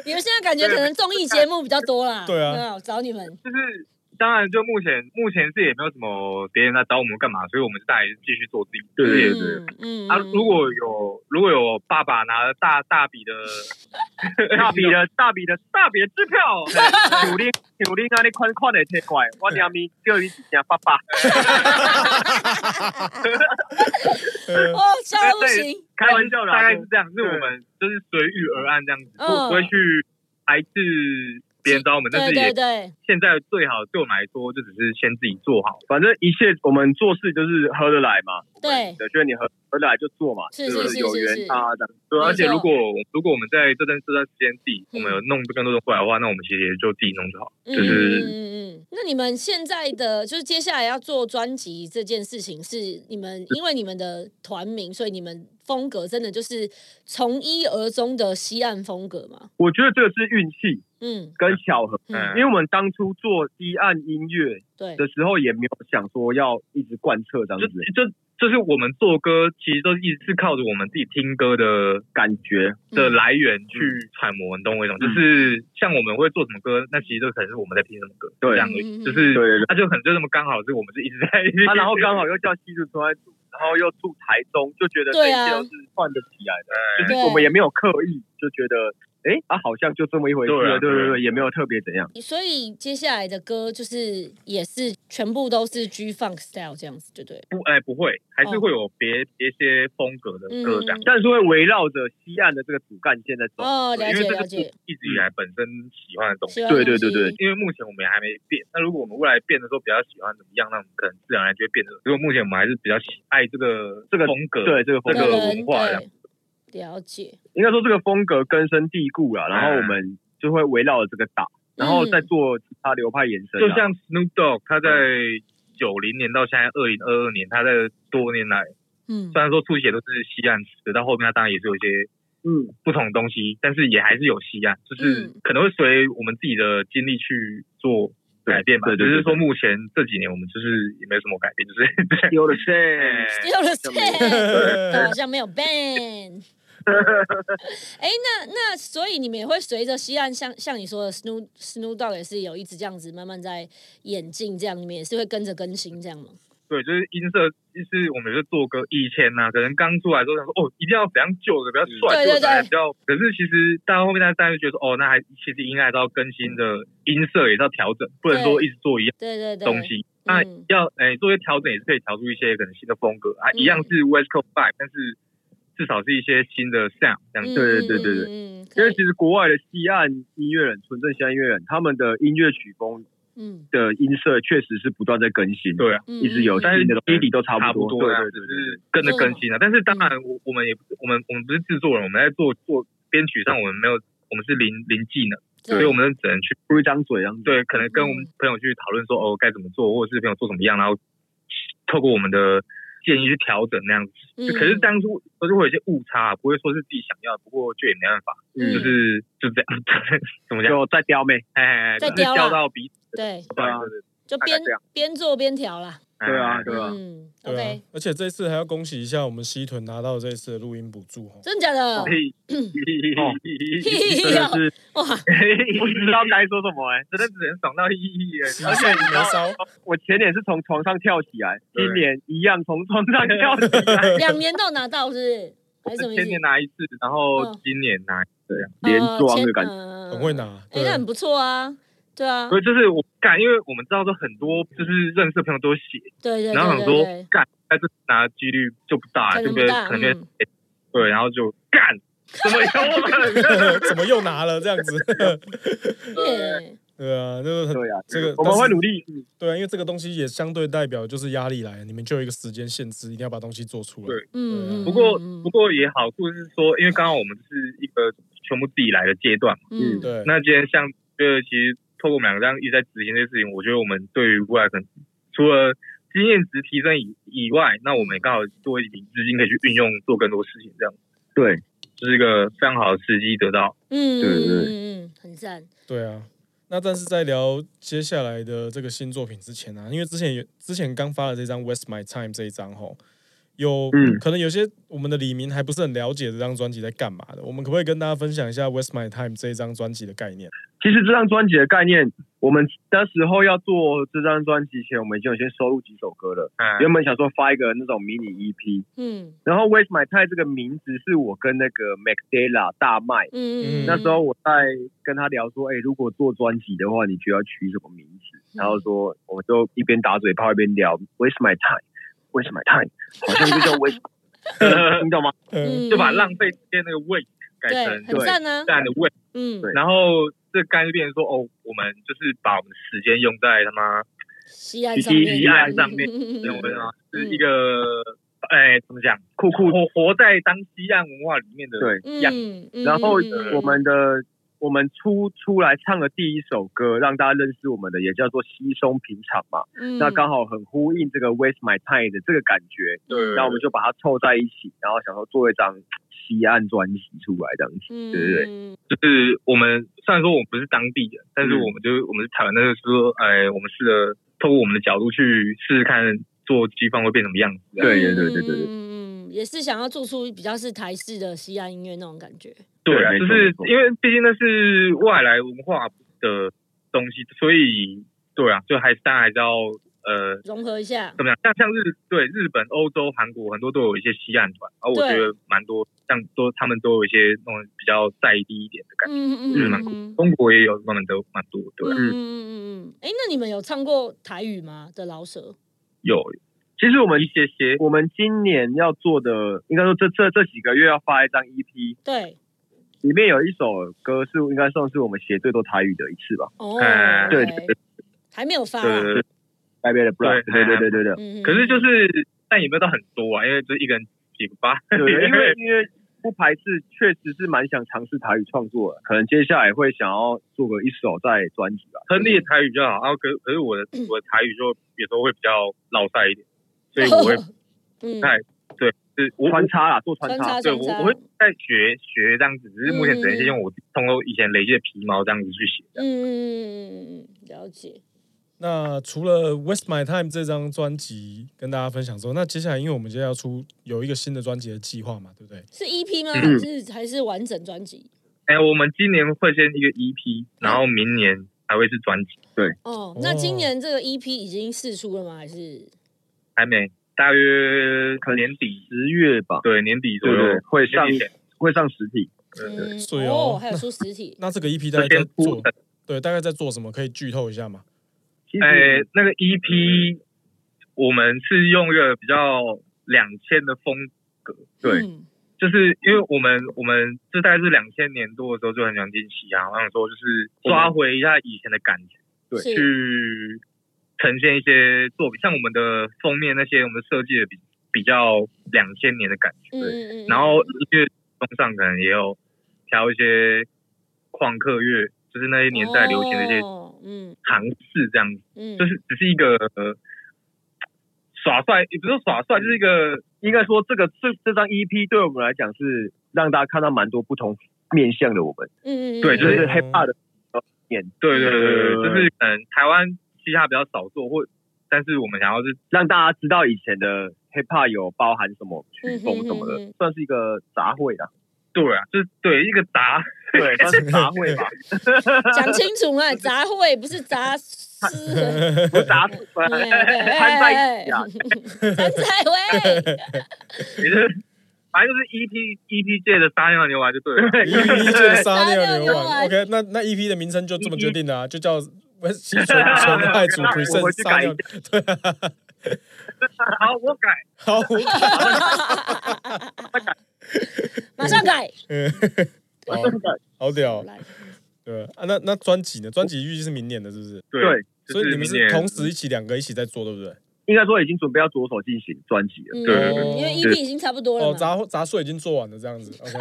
Speaker 2: 你们现在感觉可能综艺节目比较多啦，
Speaker 1: 对啊
Speaker 2: 有没有找你们，
Speaker 4: 就是当然就目前目前是也没有什么别人来找我们干嘛，所以我们就当然继续做自己。
Speaker 3: 对对
Speaker 4: 也
Speaker 3: 对
Speaker 2: 嗯嗯，
Speaker 4: 啊，
Speaker 2: 嗯
Speaker 4: 如果有如果有爸爸拿了大大笔的
Speaker 3: 大笔的大笔的大笔的支 票，九零九零啊，你款款的贴过来，我娘咪叫你一声爸爸。
Speaker 1: 呃
Speaker 2: 哦，笑到不行，
Speaker 4: 开玩笑啦，
Speaker 3: 大
Speaker 4: 大
Speaker 3: 概
Speaker 4: 概
Speaker 3: 是
Speaker 4: 是这样，是
Speaker 3: 对
Speaker 4: 我们就是随遇而安这样子，
Speaker 2: 嗯
Speaker 4: 不会去排斥别人找我们，但
Speaker 2: 对
Speaker 4: 是
Speaker 2: 对
Speaker 4: 也
Speaker 2: 对，
Speaker 4: 现在最好对我们来说，就只是先自己做好。
Speaker 3: 反正一切我们做事就是合得来嘛，
Speaker 2: 对
Speaker 3: 对，就是你合合得来就做嘛，
Speaker 2: 是
Speaker 3: 就
Speaker 2: 是
Speaker 3: 是有
Speaker 2: 是
Speaker 3: 缘
Speaker 2: 是
Speaker 3: 啊这样。
Speaker 4: 对，
Speaker 2: 没
Speaker 4: 而且
Speaker 2: 错
Speaker 4: 如果如果我们在这段这段时间自己
Speaker 2: 嗯
Speaker 4: 我们有弄更多的过来的话，那我们其实也就自己弄就好。
Speaker 2: 嗯
Speaker 4: 就是
Speaker 2: 嗯嗯嗯，那你们现在的就是接下来要做专辑这件事情，是你们因为你们的团名，所以你们风格真的就是从一而终的西岸风格嘛？
Speaker 3: 我觉得这个是运气
Speaker 2: 嗯
Speaker 3: 跟巧合，因
Speaker 2: 嗯，
Speaker 4: 哎
Speaker 3: 为我们当初做低岸音乐
Speaker 2: 对，
Speaker 3: 的时候也没有想说要一直贯彻这样
Speaker 4: 就
Speaker 3: 子，
Speaker 4: 就就是我们做歌，其实都一直是靠着我们自己听歌的
Speaker 3: 感觉
Speaker 2: 嗯
Speaker 4: 的来源去揣摩，你懂我意思吗？
Speaker 3: 嗯
Speaker 4: 就是像我们会做什么歌，那其实就可能是我们在听什么歌，
Speaker 3: 对
Speaker 4: 这样而已。
Speaker 2: 嗯
Speaker 4: 就
Speaker 3: 对
Speaker 4: 是
Speaker 3: 对对。
Speaker 4: 它就很就这么刚好是我们是一直在，
Speaker 3: 他啊然后刚好又叫西子出来组，然后又住台中，就觉得这
Speaker 2: 对
Speaker 3: 一
Speaker 2: 啊
Speaker 3: 切都是串得起来
Speaker 4: 哎
Speaker 3: 的，就
Speaker 2: 对
Speaker 3: 是我们也没有刻意，就觉得哎啊好像就这么一回事
Speaker 4: 对
Speaker 3: 了，
Speaker 4: 啊
Speaker 3: 对
Speaker 4: 对
Speaker 3: 对
Speaker 4: 啊
Speaker 3: 对，也没有特别怎样。
Speaker 2: 所以接下来的歌就是也是全部都是 G Funk style 这样子，对不对？
Speaker 4: 不哎、不会，还是会有别别些风格的歌这样。
Speaker 2: 哦嗯
Speaker 3: 但是会围绕着西岸的这个主干线在走。
Speaker 2: 哦，了
Speaker 4: 因为
Speaker 2: 解
Speaker 4: 这
Speaker 2: 了
Speaker 4: 个
Speaker 2: 解
Speaker 4: 是，一直以来本身喜欢的东西
Speaker 2: 喜。欢
Speaker 3: 对
Speaker 2: 的
Speaker 3: 对对
Speaker 2: 东西
Speaker 4: 因为目前我们也还没变，那如果我们未来变的时候比较喜欢怎么样，那我们可能自然而然就会变成。如果目前我们还是比较喜爱这个
Speaker 3: 这个
Speaker 4: 风格，
Speaker 3: 对这个风
Speaker 4: 这
Speaker 3: 格
Speaker 4: 个
Speaker 2: 对
Speaker 4: 文化这样，
Speaker 2: 对了解，
Speaker 3: 应该说这个风格根深蒂固了，
Speaker 4: 哎
Speaker 3: 然后我们就会围绕着这个打，然后
Speaker 2: 嗯
Speaker 3: 再做其他流派延伸
Speaker 4: 就
Speaker 3: 啊。嗯
Speaker 4: 像 Snoop Dogg 他在九零年到现在二零二二年，他在多年来
Speaker 2: 嗯，
Speaker 4: 虽然说出血都是西岸的，到后面他当然也是有一些
Speaker 3: 嗯，
Speaker 4: 不同的东西，但是也还是有西岸，就是
Speaker 2: 嗯
Speaker 4: 可能会随我们自己的经历去做改变吧。
Speaker 3: 对对对
Speaker 4: 只是说
Speaker 3: 对
Speaker 4: 目前这几年我们就是也没有什么改变，就是
Speaker 3: 有的
Speaker 4: 哎
Speaker 3: 是，
Speaker 2: 有了解。
Speaker 1: 对 啊
Speaker 2: 但好像没有 ban。哎、那那所以你们也会随着西岸像像你说的 Snoop Snoop Dogg 也是有一直这样子慢慢在演进，这样你们也是会跟着更新这样吗？
Speaker 4: 对，就是音色，就是我们就做歌以前啊呢、可能刚出来的时候想说，哦，一定要怎样旧的比较
Speaker 2: 嗯
Speaker 4: 帅，旧的才
Speaker 2: 对对对
Speaker 4: 比较。可是其实到后面大家就觉得说，哦，那还其实应该还是要更新的音色，也是要调整，不能说一直做一样
Speaker 2: 对对对，
Speaker 4: 东西。
Speaker 3: 啊
Speaker 4: 那
Speaker 2: 嗯
Speaker 4: 要诶、做一些调整，也是可以调出一些可能新的风格啊，
Speaker 2: 嗯
Speaker 4: 一样是 West Coast vibe，但是至少是一些新的 sound 这样
Speaker 2: 嗯
Speaker 4: 子。
Speaker 3: 对对对对
Speaker 2: 嗯，
Speaker 3: 因
Speaker 2: 可
Speaker 3: 为
Speaker 2: 以
Speaker 3: 其实国外的西岸音乐人，纯正西岸音乐人，他们的音乐曲风
Speaker 2: 嗯
Speaker 3: 的音色确实是不断在更新，
Speaker 4: 对啊，
Speaker 2: 嗯
Speaker 3: 一直
Speaker 2: 嗯
Speaker 3: 有
Speaker 4: 但是
Speaker 3: 新的基底都差
Speaker 4: 差
Speaker 3: 不
Speaker 4: 不
Speaker 3: 多，对
Speaker 4: 啊
Speaker 3: 对
Speaker 4: 只
Speaker 3: 对对。
Speaker 4: 是跟着更新啊了。但是
Speaker 2: 嗯
Speaker 4: 当然，我我们也不是我们我们不是制作人，我们在做做编曲上，我们没有，我们是零零技能，
Speaker 2: 对
Speaker 4: 所以我们只能去
Speaker 3: 不一张嘴这样子。
Speaker 4: 对，
Speaker 2: 嗯
Speaker 4: 可能跟我们朋友去讨论说哦该怎么做，或者是朋友做怎么样，然后透过我们的建议去调整那样子。
Speaker 2: 嗯，
Speaker 4: 可是当初都是会有一些误差，啊不会说是自己想要，不过就也没办法，
Speaker 2: 嗯
Speaker 4: 就是就这样， 怎么讲？
Speaker 3: 就在撩妹，
Speaker 4: 哎，
Speaker 2: 再
Speaker 4: 就是
Speaker 2: 雕啦
Speaker 4: 掉到鼻子
Speaker 2: 对，
Speaker 3: 对啊，
Speaker 2: 就
Speaker 3: 大概
Speaker 2: 边
Speaker 3: 这样
Speaker 2: 边做边调啦。
Speaker 3: 对啊，
Speaker 4: 哎
Speaker 3: 对啊，
Speaker 2: 嗯
Speaker 1: 对啊
Speaker 2: ，OK，
Speaker 1: 而且这一次还要恭喜一下我们西屯拿到这一次的录音补助哦。
Speaker 2: 真的假的？
Speaker 3: 嘿
Speaker 4: 哦
Speaker 3: 真的是
Speaker 2: 哇，
Speaker 3: 不知道该说什么哎。
Speaker 4: 真的只能爽到嘿嘿嘿。哎
Speaker 2: 啊
Speaker 1: 而且 年烧，
Speaker 3: 我前年是从床上跳起来，
Speaker 4: 对
Speaker 3: 今年一样从床上跳起 来。
Speaker 2: 两年都有拿到是不是？还是什么意思？嗯哦
Speaker 4: 前年拿一次，然后今年拿一次这样。
Speaker 3: 连装的感觉，
Speaker 2: 觉
Speaker 1: 很会，拿，
Speaker 2: 哎，
Speaker 1: 对
Speaker 2: 嗯那很不错啊。对啊，
Speaker 4: 所以就是我干，因为我们知道说很多就是认识的朋友都写，
Speaker 2: 对对
Speaker 4: 然后
Speaker 2: 对对
Speaker 4: 很多
Speaker 2: 对，
Speaker 4: 干，但是拿的几率就不大，
Speaker 2: 可
Speaker 4: 对
Speaker 2: 能不
Speaker 4: 不对？
Speaker 2: 大，
Speaker 4: 可能
Speaker 2: 嗯
Speaker 4: 对，然后就干，怎么有啊 可能？
Speaker 2: 啊
Speaker 1: 怎么又拿了这样子？
Speaker 2: 嗯耶，
Speaker 1: 对啊，就是很
Speaker 3: 对啊，
Speaker 1: 这个
Speaker 3: 我们
Speaker 1: 但
Speaker 3: 会
Speaker 1: 是
Speaker 3: 努力。
Speaker 1: 对啊，因为这个东西也相对代表就是压力来了，你们就有一个时间限制，一定要把东西做出来。
Speaker 4: 对
Speaker 2: 嗯，嗯
Speaker 4: 不过
Speaker 2: 嗯
Speaker 4: 不过也好处是说，因为刚刚我们是一个全部自己来的阶段嘛，
Speaker 2: 嗯，
Speaker 1: 对，
Speaker 4: 那今天像呃，其实透过我们两个这样一直在执行这些事情，我觉得我们对于未来可能除了经验值提升以以外，那我们也刚好多一笔资金可以去运用做更多事情，这样
Speaker 3: 对，
Speaker 4: 就是一个非常好的时机得到。
Speaker 2: 嗯，
Speaker 3: 对对对
Speaker 2: 嗯嗯嗯，很赞，
Speaker 1: 对啊，那但是在聊接下来的这个新作品之前啊，因为之前有之前刚发的这张《West My Time》这一张吼，有、
Speaker 3: 嗯
Speaker 1: 可能有些我们的李明还不是很了解这张专辑在干嘛的，我们可不可以跟大家分享一下《West My Time》这一张专辑的概念？
Speaker 3: 其实这张专辑的概念，我们那时候要做这张专辑前，我们已经有先收录几首歌了。
Speaker 4: 嗯，
Speaker 3: 原本想说发一个那种迷你 EP，
Speaker 2: 嗯
Speaker 3: 然后 Waste My Time 这个名字是我跟那个 Max Della 大麦
Speaker 2: 嗯嗯，
Speaker 3: 那时候我在跟他聊说，哎、如果做专辑的话，你觉得要取什么名字？
Speaker 2: 嗯
Speaker 3: 然后说，我们就一边打嘴炮一边聊，Waste my time，Waste my time，好像就 叫 Waste，你懂吗？
Speaker 1: 嗯，
Speaker 2: 嗯
Speaker 4: 就把浪费时间那个位改
Speaker 2: 对
Speaker 4: 成
Speaker 2: 很赞呢，
Speaker 4: 干的位，
Speaker 2: 嗯，
Speaker 3: 对
Speaker 4: 然后这干就变成说哦，我们就是把我们的时间用在他妈
Speaker 2: 西岸
Speaker 3: 西
Speaker 2: 上面，
Speaker 4: 西岸上面
Speaker 2: 嗯，嗯
Speaker 4: 我们啊，是一
Speaker 3: 嗯
Speaker 4: 个哎怎么讲，
Speaker 3: 酷酷。
Speaker 4: 活活在当西岸文化里面的
Speaker 3: 对，
Speaker 2: 嗯
Speaker 4: 样
Speaker 2: 嗯嗯，
Speaker 3: 然后
Speaker 2: 嗯
Speaker 3: 我们的我们出出来唱的第一首歌，让大家认识我们的，也叫做《稀松平常》嘛。
Speaker 2: 嗯
Speaker 3: 那刚好很呼应这个 Waste my time 的这个感觉，
Speaker 4: 对
Speaker 3: 那我们就把它凑在一起，然后想说做一张西岸专辑出来这样子。
Speaker 2: 嗯，
Speaker 3: 对
Speaker 2: 对，
Speaker 3: 对
Speaker 4: 就是我们虽然说我们不是当地人，但是
Speaker 3: 嗯
Speaker 4: 我们就是我们是台湾，但是说，哎，我们试着透过我们的角度去试试看做西方会变什么样子。
Speaker 3: 对对对对对对
Speaker 2: 嗯嗯嗯，也是想要做出比较是台式的西岸音乐那种感觉，
Speaker 4: 对啊，
Speaker 3: 对没
Speaker 4: 就
Speaker 3: 错
Speaker 4: 是
Speaker 3: 没错
Speaker 4: 因为毕竟那是外来文化的东西，所以对啊，就还是当然还是要呃
Speaker 2: 融合一下，
Speaker 4: 怎么样？像像日对日本、欧洲、韩国很多都有一些西岸团，啊而我
Speaker 2: 对
Speaker 4: 觉得蛮多，像都他们都有一些那种比较在地一点的感觉。
Speaker 2: 嗯嗯
Speaker 4: 日
Speaker 2: 嗯
Speaker 4: 本
Speaker 2: 嗯。
Speaker 4: 中国也有他们都蛮多，对啊、
Speaker 2: 嗯嗯嗯嗯，哎、那你们有唱过台语吗？的老舍，
Speaker 4: 有。
Speaker 3: 其实我们
Speaker 4: 一些些
Speaker 3: 我们今年要做的，应该说这这这几个月要发一张 EP，
Speaker 2: 对，
Speaker 3: 里面有一首歌是应该算是我们写最多台语的一次吧，
Speaker 2: 哦，
Speaker 4: 哎
Speaker 3: 对
Speaker 2: OK 还没有发、
Speaker 4: 对
Speaker 2: 啊，
Speaker 4: 对对，
Speaker 3: 拜拜的 Blood，对
Speaker 4: 对
Speaker 3: 对对对对
Speaker 2: 嗯，
Speaker 4: 可是就是，但也没有到很多啊，因为就一个人几个吧。
Speaker 3: 对对，因为因为不排斥，确实是蛮想尝试台语创作的，可能接下来会想要做个一首在专辑吧。
Speaker 4: 亨利的台语比较好，然后可可是我的
Speaker 2: 嗯
Speaker 4: 我的台语就有时候会比较老塞一点，所以
Speaker 2: 哦
Speaker 4: 我会
Speaker 2: 嗯，
Speaker 4: 太是我
Speaker 3: 穿插啦，做穿
Speaker 2: 穿
Speaker 3: 插
Speaker 2: 插，
Speaker 4: 对
Speaker 2: 穿
Speaker 4: 我
Speaker 2: 插，
Speaker 4: 我会在学学这样子，只是目前只能先
Speaker 2: 嗯
Speaker 4: 用我通过以前累积的皮毛这样子去写。
Speaker 2: 嗯嗯嗯嗯嗯，了解，
Speaker 1: 那除了《West My Time》这张专辑跟大家分享之后，那接下来因为我们接下来要出有一个新的专辑的计划嘛，对不对？
Speaker 2: 是 EP 吗？
Speaker 3: 嗯
Speaker 2: 是还是完整专辑？
Speaker 4: 哎、我们今年会先一个 EP，然后明年还会是专辑，
Speaker 2: 哦，那
Speaker 1: 哦
Speaker 2: 今年这个 EP 已经试出了吗？还是
Speaker 4: 还没，大约年底，
Speaker 3: 十月吧，
Speaker 4: 对，年底左
Speaker 3: 对
Speaker 4: 右
Speaker 3: 对，会上
Speaker 4: 年底前
Speaker 3: 会上实体。
Speaker 4: 对对，
Speaker 2: 嗯
Speaker 1: 所以哦
Speaker 2: 哦，还有出实体，
Speaker 1: 那这个 EP 大概
Speaker 4: 就
Speaker 1: 在
Speaker 4: 先
Speaker 1: 做
Speaker 4: 铺陈。
Speaker 1: 对，大概在做什么？可以剧透一下吗？
Speaker 3: 其
Speaker 4: 哎、
Speaker 3: 实
Speaker 4: 那个 EP，我们是用一个比较两千的风，
Speaker 3: 对
Speaker 2: 嗯
Speaker 4: 就是因为我们我们这大概是两千年多的时候就很喜欢听嘻哈，我想说就是抓回一下以前的感觉，
Speaker 3: 对
Speaker 2: 是
Speaker 4: 去呈现一些作品，像我们的封面那些，我们设计的比比较两千年的感觉。
Speaker 2: 嗯嗯嗯，
Speaker 4: 然后音乐风上可能也有挑一些旷课乐，就是那些年代流行的一些
Speaker 2: 哦嗯
Speaker 4: 尝试，这样子，
Speaker 2: 嗯，
Speaker 4: 就是只是一个、呃耍帅，也不是耍帅，就是一个
Speaker 3: 应该说这个这这张 EP 对我们来讲是让大家看到蛮多不同面向的我们，
Speaker 2: 嗯嗯，
Speaker 4: 对
Speaker 3: 就
Speaker 4: 就是
Speaker 3: 是 hip hop 的面，
Speaker 4: 对对对对，
Speaker 3: 呃
Speaker 4: 对就是可能台湾嘻哈比较少做，或但是我们想要是
Speaker 3: 让大家知道以前的 hip hop 有包含什么曲风什
Speaker 2: 嗯
Speaker 3: 么
Speaker 2: 哼哼
Speaker 3: 的，算是一个杂烩啦。
Speaker 4: 对啊，就是对一个杂，
Speaker 3: 对， 算是杂烩吧，
Speaker 2: 讲清楚嘛，杂烩不是杂诗。
Speaker 3: 不是杂烩吧， 摊在一起啊。
Speaker 2: 张彩薇，
Speaker 4: 也就是反正就是 EP EP 界的沙样牛丸就对了。
Speaker 1: 一一届的撒尿
Speaker 2: 撒尿牛
Speaker 1: 牛
Speaker 2: 丸
Speaker 1: 丸。OK，那那 EP 的名称就这么决定了、啊，就叫西纯纯爱主
Speaker 3: 我回
Speaker 1: present
Speaker 3: 去
Speaker 1: 撒
Speaker 3: 改一
Speaker 1: 尿
Speaker 3: 下。
Speaker 4: 好，我改，
Speaker 1: 好，
Speaker 2: 马上改。
Speaker 1: 好，好屌，
Speaker 2: 来
Speaker 1: 对啊，那那专辑呢？专辑预计是明年的，是不是？
Speaker 4: 对，
Speaker 3: 对，
Speaker 4: 就
Speaker 1: 所以你们
Speaker 4: 明
Speaker 1: 是
Speaker 4: 年
Speaker 1: 同时一起两个一起在做，对不对？
Speaker 3: 应该说已经准备要着手进行专辑了。
Speaker 2: 嗯，
Speaker 4: 对对
Speaker 1: 对
Speaker 2: 因为 EP 已经差不多了
Speaker 1: 哦，
Speaker 2: 嘛。
Speaker 1: 杂杂碎已经做完了，这样子。OK，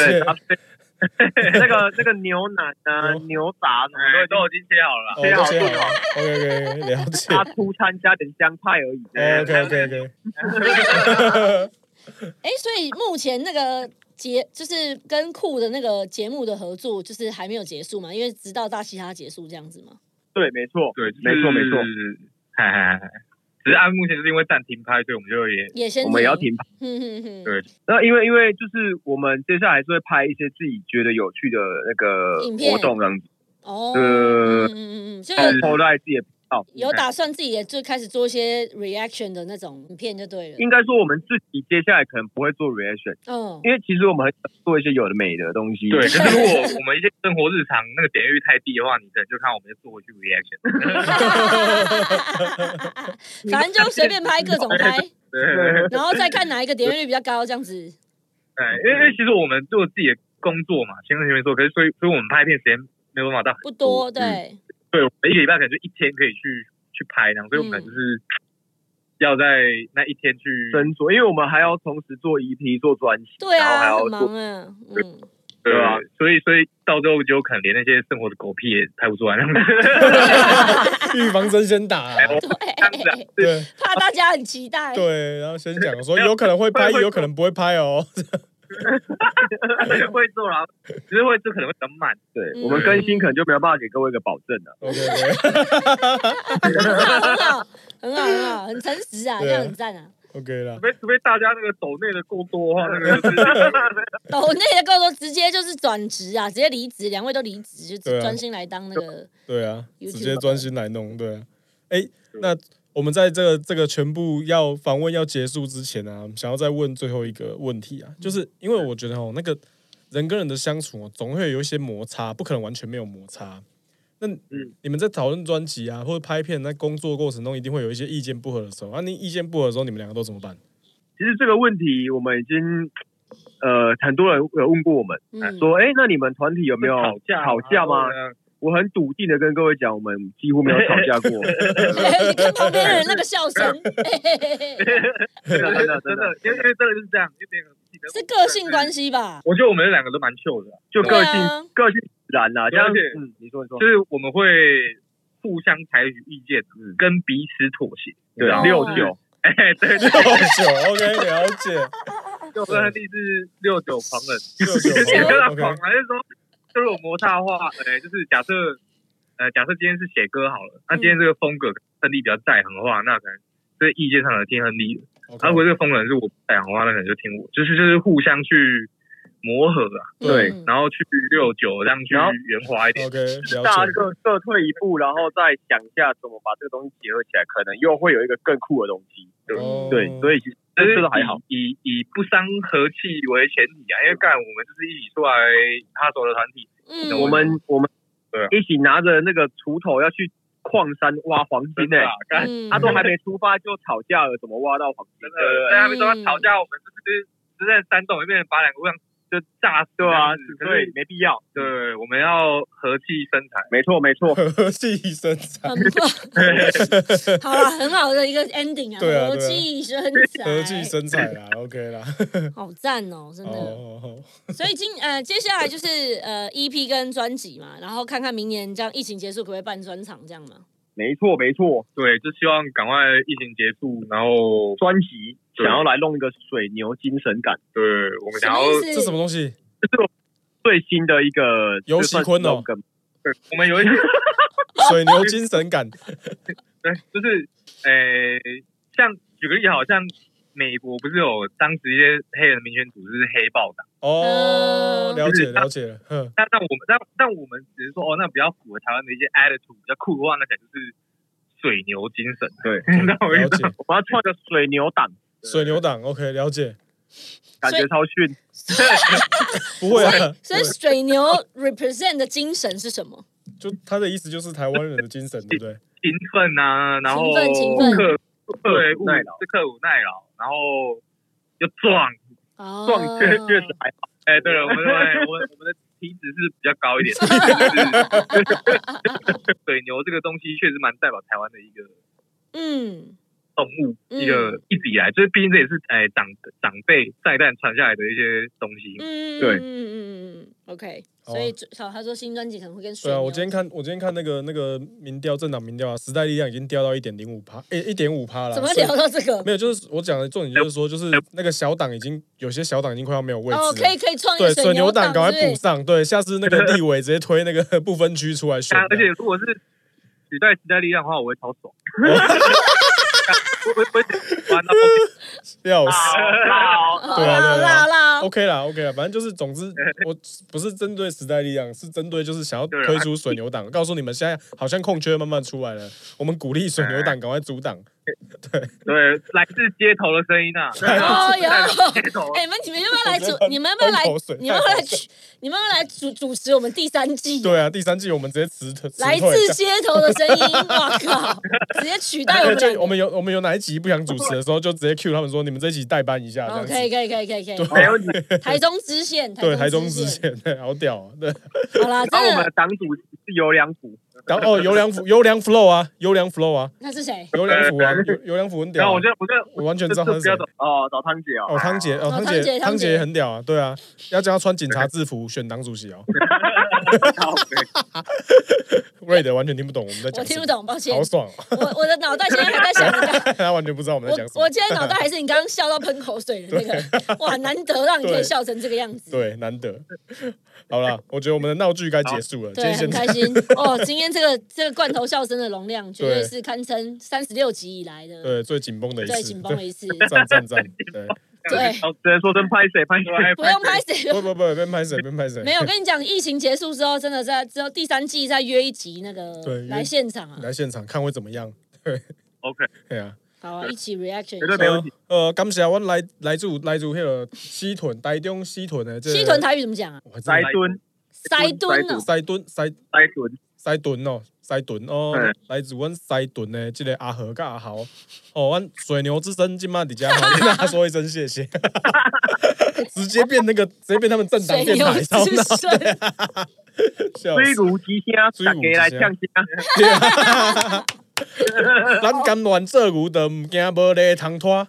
Speaker 3: 对，
Speaker 1: 了
Speaker 3: 杂
Speaker 1: 解。
Speaker 3: 碎那个那个牛腩啊
Speaker 1: 牛，
Speaker 3: 牛杂什么
Speaker 4: 哎
Speaker 3: 的
Speaker 4: 都已经切好了啦
Speaker 1: 哦，
Speaker 3: 切
Speaker 1: 都切好
Speaker 3: 好切好
Speaker 1: 了。OK OK，了解。
Speaker 3: 它出餐加点香菜而已。
Speaker 1: OK OK OK，
Speaker 2: 哎，所以目前那个节就是跟酷的那个节目的合作，就是还没有结束嘛，因为直到大嘻哈结束这样子嘛。
Speaker 3: 对，没错，
Speaker 4: 对，就是
Speaker 3: 没错没 错，
Speaker 4: 嗨嗨嗨，只是按目前就是因为暂停拍，所以我们就也
Speaker 2: 也先
Speaker 3: 我们也要停拍。
Speaker 2: 嗯。哼哼哼，
Speaker 4: 对
Speaker 3: 那因为因为就是我们接下来是会拍一些自己觉得有趣的那个
Speaker 2: 影片
Speaker 3: 活动，然后
Speaker 2: 哦，
Speaker 3: 呃
Speaker 2: 嗯嗯嗯，所以
Speaker 4: 嗯
Speaker 3: 抛在自己的频道。
Speaker 2: 有打算自己也就开始做一些 reaction 的那种影片就对了。
Speaker 3: 应该说我们自己接下来可能不会做 reaction，
Speaker 2: 嗯，
Speaker 3: 因为其实我们很想做一些有的没的东西。
Speaker 4: 对。可 是如果我们一些生活日常那个点阅率太低的话，你可能就看我们就做回去 reaction。
Speaker 2: 反正就随便拍各种 拍，
Speaker 4: 对对对，
Speaker 2: 然后再看哪一个点阅率比较高，这样子。
Speaker 4: 哎因为因为其实我们做自己的工作嘛，前面前面说，可是所以所以我们拍片时间没有办法到很
Speaker 2: 不
Speaker 3: 嗯
Speaker 2: 多，对，
Speaker 4: 对，我们一个礼拜可能就一天可以去去拍那样，所以我们可能就是
Speaker 3: 嗯
Speaker 4: 要在那一天去
Speaker 3: 斟酌，因为我们还要同时做 EP、做专辑，
Speaker 2: 对
Speaker 3: 然
Speaker 2: 啊，
Speaker 3: 后
Speaker 2: 很
Speaker 3: 还要做
Speaker 2: 忙啊，
Speaker 3: 对
Speaker 2: 嗯，
Speaker 4: 对
Speaker 3: 对啊
Speaker 4: 啊，所以所以到最后就可能连那些生活的狗屁也拍不出来 那样子。
Speaker 1: 预防针先打啊。
Speaker 2: 哎对，
Speaker 1: 对
Speaker 2: 怕大家很期待，
Speaker 1: 对，然后先讲说有可能会拍，有可能不会拍哦。
Speaker 4: 会做啦，只是会这可能会比较慢。
Speaker 3: 对
Speaker 2: 嗯
Speaker 3: 我们更新可能就没有办法给各位一个保证啊了。
Speaker 1: OK OK。
Speaker 2: 很好，很好，很好，很好，很诚实啊，这
Speaker 1: 对啊
Speaker 2: 样很赞啊。
Speaker 1: OK 啦
Speaker 4: 除，非除非大家那个抖内的够 多的话，那个就是
Speaker 2: 抖内的够多，直接就是转职啊，直接离职，两位都离职，就
Speaker 1: 对啊
Speaker 2: 专心来当那个
Speaker 1: 对啊，
Speaker 2: YouTube
Speaker 1: 直接专心来弄，对啊。哎、那我们在这个这个全部要访问要结束之前啊，想要再问最后一个问题
Speaker 3: 嗯
Speaker 1: 啊，就是因为我觉得哦，那个人跟人的相处、哦，总会有一些摩擦，不可能完全没有摩擦。那
Speaker 3: 嗯
Speaker 1: 你们在讨论专辑啊，或者拍片，在工作过程中一定会有一些意见不合的时候啊。你意见不合的时候，你们两个都怎 么办？
Speaker 3: 其实这个问题我们已经，呃，很多人有问过我们，
Speaker 2: 嗯，
Speaker 3: 说，哎，那你们团体有没有
Speaker 4: 吵架啊
Speaker 3: 吵架吗？？
Speaker 4: 然后呢
Speaker 3: 我很笃定的跟各位讲，我们几乎没有吵架过。
Speaker 2: 你 看旁边的人那个笑声，哎嘿嘿嘿嘿
Speaker 4: 真的真的
Speaker 3: 啊真
Speaker 4: 真
Speaker 3: 的
Speaker 4: 的，因为因为真的就是这样，就变成
Speaker 2: 是个性关。系吧？
Speaker 4: 我觉得我们两个都蛮 chill 的啊，
Speaker 3: 就个性、
Speaker 2: 对啊
Speaker 3: 个性使然啦、这
Speaker 4: 对
Speaker 3: 样
Speaker 4: 而且
Speaker 3: 嗯，你说你说
Speaker 4: 就，是我们会互相采取意见，跟彼此妥协。
Speaker 3: 嗯对啊，
Speaker 2: 哦
Speaker 3: 六九，
Speaker 4: 哎，对对，
Speaker 1: 六九 OK，了 解。
Speaker 4: 就跟他弟是六九狂人。
Speaker 1: 六 九
Speaker 4: 也不要
Speaker 1: OK，
Speaker 4: 狂啊，就是说，就是有摩擦的话，呃，就是假设，呃，假设今天是写歌好了，那今天这个风格邓丽比较在行的话，那可能这意见上的听亨利的；，那如果这个风格是我不在行的话，那可能就听我，就是就是互相去磨合啊，
Speaker 3: 对
Speaker 2: 嗯
Speaker 4: 然后去六九这样去
Speaker 3: 然后哦
Speaker 4: 圆滑一 点。
Speaker 1: OK，了
Speaker 3: 大
Speaker 1: 解
Speaker 3: 家。各各退一步，然后再想一下怎么把这个东西结合起来，可能又会有一个更酷的东西。对、
Speaker 1: 哦
Speaker 3: 对，所以其实
Speaker 4: 但是
Speaker 3: 这个还好，
Speaker 4: 以以以不伤和气为前提啊，因为干我们就是一起出来哈手的团体，
Speaker 2: 嗯，
Speaker 3: 我们我们
Speaker 4: 对啊
Speaker 3: 一起拿着那个锄头要去矿山挖黄金
Speaker 4: 真
Speaker 3: 呢、
Speaker 4: 的啊干
Speaker 2: 嗯
Speaker 3: 哎他都还没出发就吵架了，怎么挖到黄金？啊
Speaker 4: 真的，在他们说他吵架，我们就是就在山洞里面把两个互相就炸死这
Speaker 3: 对啊
Speaker 4: 样子，可
Speaker 3: 所以
Speaker 4: 是
Speaker 3: 没必要。
Speaker 4: 对，我们要和气生财。
Speaker 3: 没错没 错，
Speaker 1: 和气生财，
Speaker 2: 很棒，好 了，很好的一个 ending 啊，
Speaker 1: 对啊对啊
Speaker 2: 和气生财，
Speaker 1: 和气生财啦，OK 啦，
Speaker 2: 好赞哦，真的。
Speaker 1: 哦，好
Speaker 2: 所以今呃接下来就是呃 EP 跟专辑嘛，然后看看明年这样疫情结束可不可以办专场这样嘛？
Speaker 3: 没错没错，
Speaker 4: 对，就希望赶快疫情结束，然后
Speaker 3: 专辑
Speaker 4: 对
Speaker 3: 想要来弄一个水牛精神感，
Speaker 4: 对我
Speaker 2: 什
Speaker 4: 们想要
Speaker 2: 么意
Speaker 1: 这什
Speaker 2: 思？
Speaker 1: 么东西？
Speaker 3: 最新的一个
Speaker 1: 游戏坤哦
Speaker 3: 这算是 slogan
Speaker 4: 对，我们有一些
Speaker 1: 水牛精神感，
Speaker 4: 对，就是诶、像举个例，好像美国不是有当时一些黑人民权组织是黑豹党，
Speaker 1: 哦，
Speaker 2: 嗯
Speaker 1: 了解了解了，哼，
Speaker 4: 但但我们但但我们只是说哦，那比较符合台湾的一些 attitude 比较酷的话，那可能就是水牛精神。啊
Speaker 3: 对，
Speaker 4: 你知道我意
Speaker 1: 了
Speaker 4: 思
Speaker 1: 解
Speaker 4: 吗？。
Speaker 3: 我们要创个水牛党，
Speaker 1: 水牛党，OK，了解，
Speaker 3: 感觉超逊。
Speaker 1: 不会啊，
Speaker 2: 所以水牛 represent 的精神是什么？
Speaker 1: 就他的意思就是台湾人的精神，对不 对？
Speaker 4: 勤奋啊，然后
Speaker 2: 勤奋勤奋
Speaker 4: 刻对
Speaker 3: 刻苦耐劳
Speaker 4: 是刻苦耐劳，然后又壮。
Speaker 2: 哦，
Speaker 3: 壮确确实还好，
Speaker 4: 哎、对了，我们我们我们我们的体脂是比较高一点，就是 水牛这个东西确实蛮代表台湾的一个
Speaker 2: 嗯，
Speaker 4: 动物，
Speaker 2: 嗯
Speaker 4: 一个一直以来，就是毕竟这也是哎、长长辈上一代传下来的一些东西
Speaker 2: 嗯，。嗯，
Speaker 3: 对
Speaker 2: 嗯嗯嗯嗯，OK。
Speaker 1: 好啊
Speaker 2: 所以小他说新专辑可能会跟水
Speaker 1: 对啊，
Speaker 2: 牛，
Speaker 1: 我今天看我今天看那个那个民调，政党民调啊，时代力量已经掉到一点零五趴，诶，一点五趴了。
Speaker 2: 怎么
Speaker 1: 所以
Speaker 2: 聊到这个？
Speaker 1: 没有，就是我讲的重点就是说，就是那个小党已经有些小党已经快要没有位置了。
Speaker 2: 哦，可以可以创一
Speaker 1: 对，
Speaker 2: 个
Speaker 1: 水牛
Speaker 2: 牛
Speaker 1: 党赶快
Speaker 2: 是不是
Speaker 1: 补上，对，下次那个立委直接推那个不分区出来选
Speaker 4: 啊，
Speaker 1: 这
Speaker 4: 而且
Speaker 1: 样。
Speaker 4: 如果是取代时代力量的话，我会超 爽。我我我玩到
Speaker 1: 笑死。
Speaker 3: 好，
Speaker 2: 哦
Speaker 1: 对啊对啊
Speaker 2: 好
Speaker 1: 对
Speaker 2: 啦
Speaker 1: 啊
Speaker 2: 好啦，
Speaker 1: OK 啦，OK 啦，反正就是，总之，我不是针对时代力量，是针对就是想要
Speaker 4: 对啊
Speaker 1: 推出水牛党，告诉你们现在好像空缺慢慢出来了，我们鼓励水牛党赶快阻挡。
Speaker 4: 对，来自街头的声音啊，
Speaker 2: 哦哟。
Speaker 4: 街头
Speaker 2: 哎、你们你们要不要来
Speaker 1: 我觉
Speaker 2: 主
Speaker 1: 得？
Speaker 2: 你们要不要来
Speaker 1: 喷口水？
Speaker 2: 你们要不要
Speaker 1: 太
Speaker 2: 来
Speaker 1: 口水
Speaker 2: 主？你们要不要来主主持我们第三季？
Speaker 1: 对啊，第三季我们直接辞辞退。
Speaker 2: 来自街头的声音，哇靠！直接取代我们
Speaker 1: 对，就
Speaker 2: 两
Speaker 1: 我
Speaker 2: 个。
Speaker 1: 们有我们有哪一集不想主持的时候，就直接 Q 他们说，你们这一集代班一下啊这
Speaker 2: 哦，
Speaker 1: 样子。
Speaker 2: 可以可以可以可以可以。
Speaker 3: 没问题。
Speaker 2: 台中支线，
Speaker 1: 对，台中
Speaker 2: 中
Speaker 1: 之
Speaker 2: 线。
Speaker 1: 前，对，好屌、啊，对。
Speaker 2: 好啦，
Speaker 3: 然后我
Speaker 2: 真
Speaker 3: 们
Speaker 2: 的
Speaker 3: 的，党主席是有良辅，
Speaker 1: 然后哦，优良福，优良 flow 啊，优良 flow 啊，
Speaker 2: 那是谁？
Speaker 1: 优良福啊，优优良福很
Speaker 4: 然
Speaker 1: 屌、
Speaker 4: 后
Speaker 1: 啊
Speaker 4: 我就。我就
Speaker 1: 我完全知道他
Speaker 4: 这
Speaker 1: 是
Speaker 4: 这
Speaker 1: 谁
Speaker 4: 不要。走
Speaker 3: 哦，找汤姐哦，
Speaker 1: 哦，汤姐，哦，
Speaker 2: 哦
Speaker 1: 汤
Speaker 2: 汤姐
Speaker 1: 汤
Speaker 2: 汤
Speaker 1: 姐
Speaker 2: 姐
Speaker 1: 也很屌啊，对啊，要叫她穿警察制服选党主席哦。
Speaker 3: 好，
Speaker 1: 瑞德完全听不懂我们在讲，
Speaker 2: 我听不，懂，抱歉
Speaker 1: 好。爽、哦，
Speaker 2: 我我的脑袋现在还在想你刚，
Speaker 1: 他完全不知道我们在讲什
Speaker 2: 我
Speaker 1: 么
Speaker 2: 我。现在脑袋还是你刚刚笑到喷口水的那个，哇，难得让你可以笑成这个样子。
Speaker 1: 对，难得。好了，我觉得我们的闹剧该结束了，今
Speaker 2: 对，
Speaker 1: 天
Speaker 2: 很
Speaker 1: 先
Speaker 2: 开心哦！今天这个这个罐头笑声的容量，绝对
Speaker 1: 对
Speaker 2: 是堪称三十六集以来 的
Speaker 1: 对最紧绷的一
Speaker 2: 最
Speaker 1: 次
Speaker 2: 紧，绷的一次。
Speaker 1: 赞赞赞，对，
Speaker 2: 对，
Speaker 3: 好，直接说声拍谁拍谁，
Speaker 1: 啊
Speaker 2: 不用拍谁。
Speaker 1: 不不不，边拍谁边拍谁，
Speaker 2: 没有，我跟你讲，疫情结束之后，真的在之后第三季再约一集那个
Speaker 1: 对
Speaker 2: 来现场啊，
Speaker 1: 来现场看会怎么样？
Speaker 4: OK，
Speaker 1: 对啊，
Speaker 2: 好啊，一起
Speaker 3: 绝
Speaker 2: reaction
Speaker 3: 对
Speaker 2: 一下。
Speaker 3: 没问题。
Speaker 1: 呃，感谢我来来自来自迄个西屯台中西屯的这
Speaker 2: 西屯台语怎么讲啊？
Speaker 1: 我还真
Speaker 3: 来
Speaker 1: 的
Speaker 3: 蹲
Speaker 2: 塞啊蹲呢？
Speaker 1: 西屯西
Speaker 3: 来蹲，
Speaker 1: 西屯哦，西屯哦
Speaker 3: 嗯，
Speaker 1: 来自阮西屯的这个阿和甲阿豪哦，阮水牛之声今麦底家 好，跟大家说一声谢谢， 直接变那个直接变他们政党
Speaker 2: 水
Speaker 1: 电
Speaker 2: 牛
Speaker 1: 台，超
Speaker 2: 之
Speaker 1: 闹，
Speaker 2: 声，
Speaker 1: 笑
Speaker 3: 追
Speaker 1: 死！
Speaker 3: 如吉虾，
Speaker 1: 哦水
Speaker 3: 大
Speaker 1: 如
Speaker 3: 家
Speaker 1: 之
Speaker 3: 来
Speaker 1: 声
Speaker 3: 呛虾，
Speaker 1: 咱甘愿做牛的，唔惊无咧通拖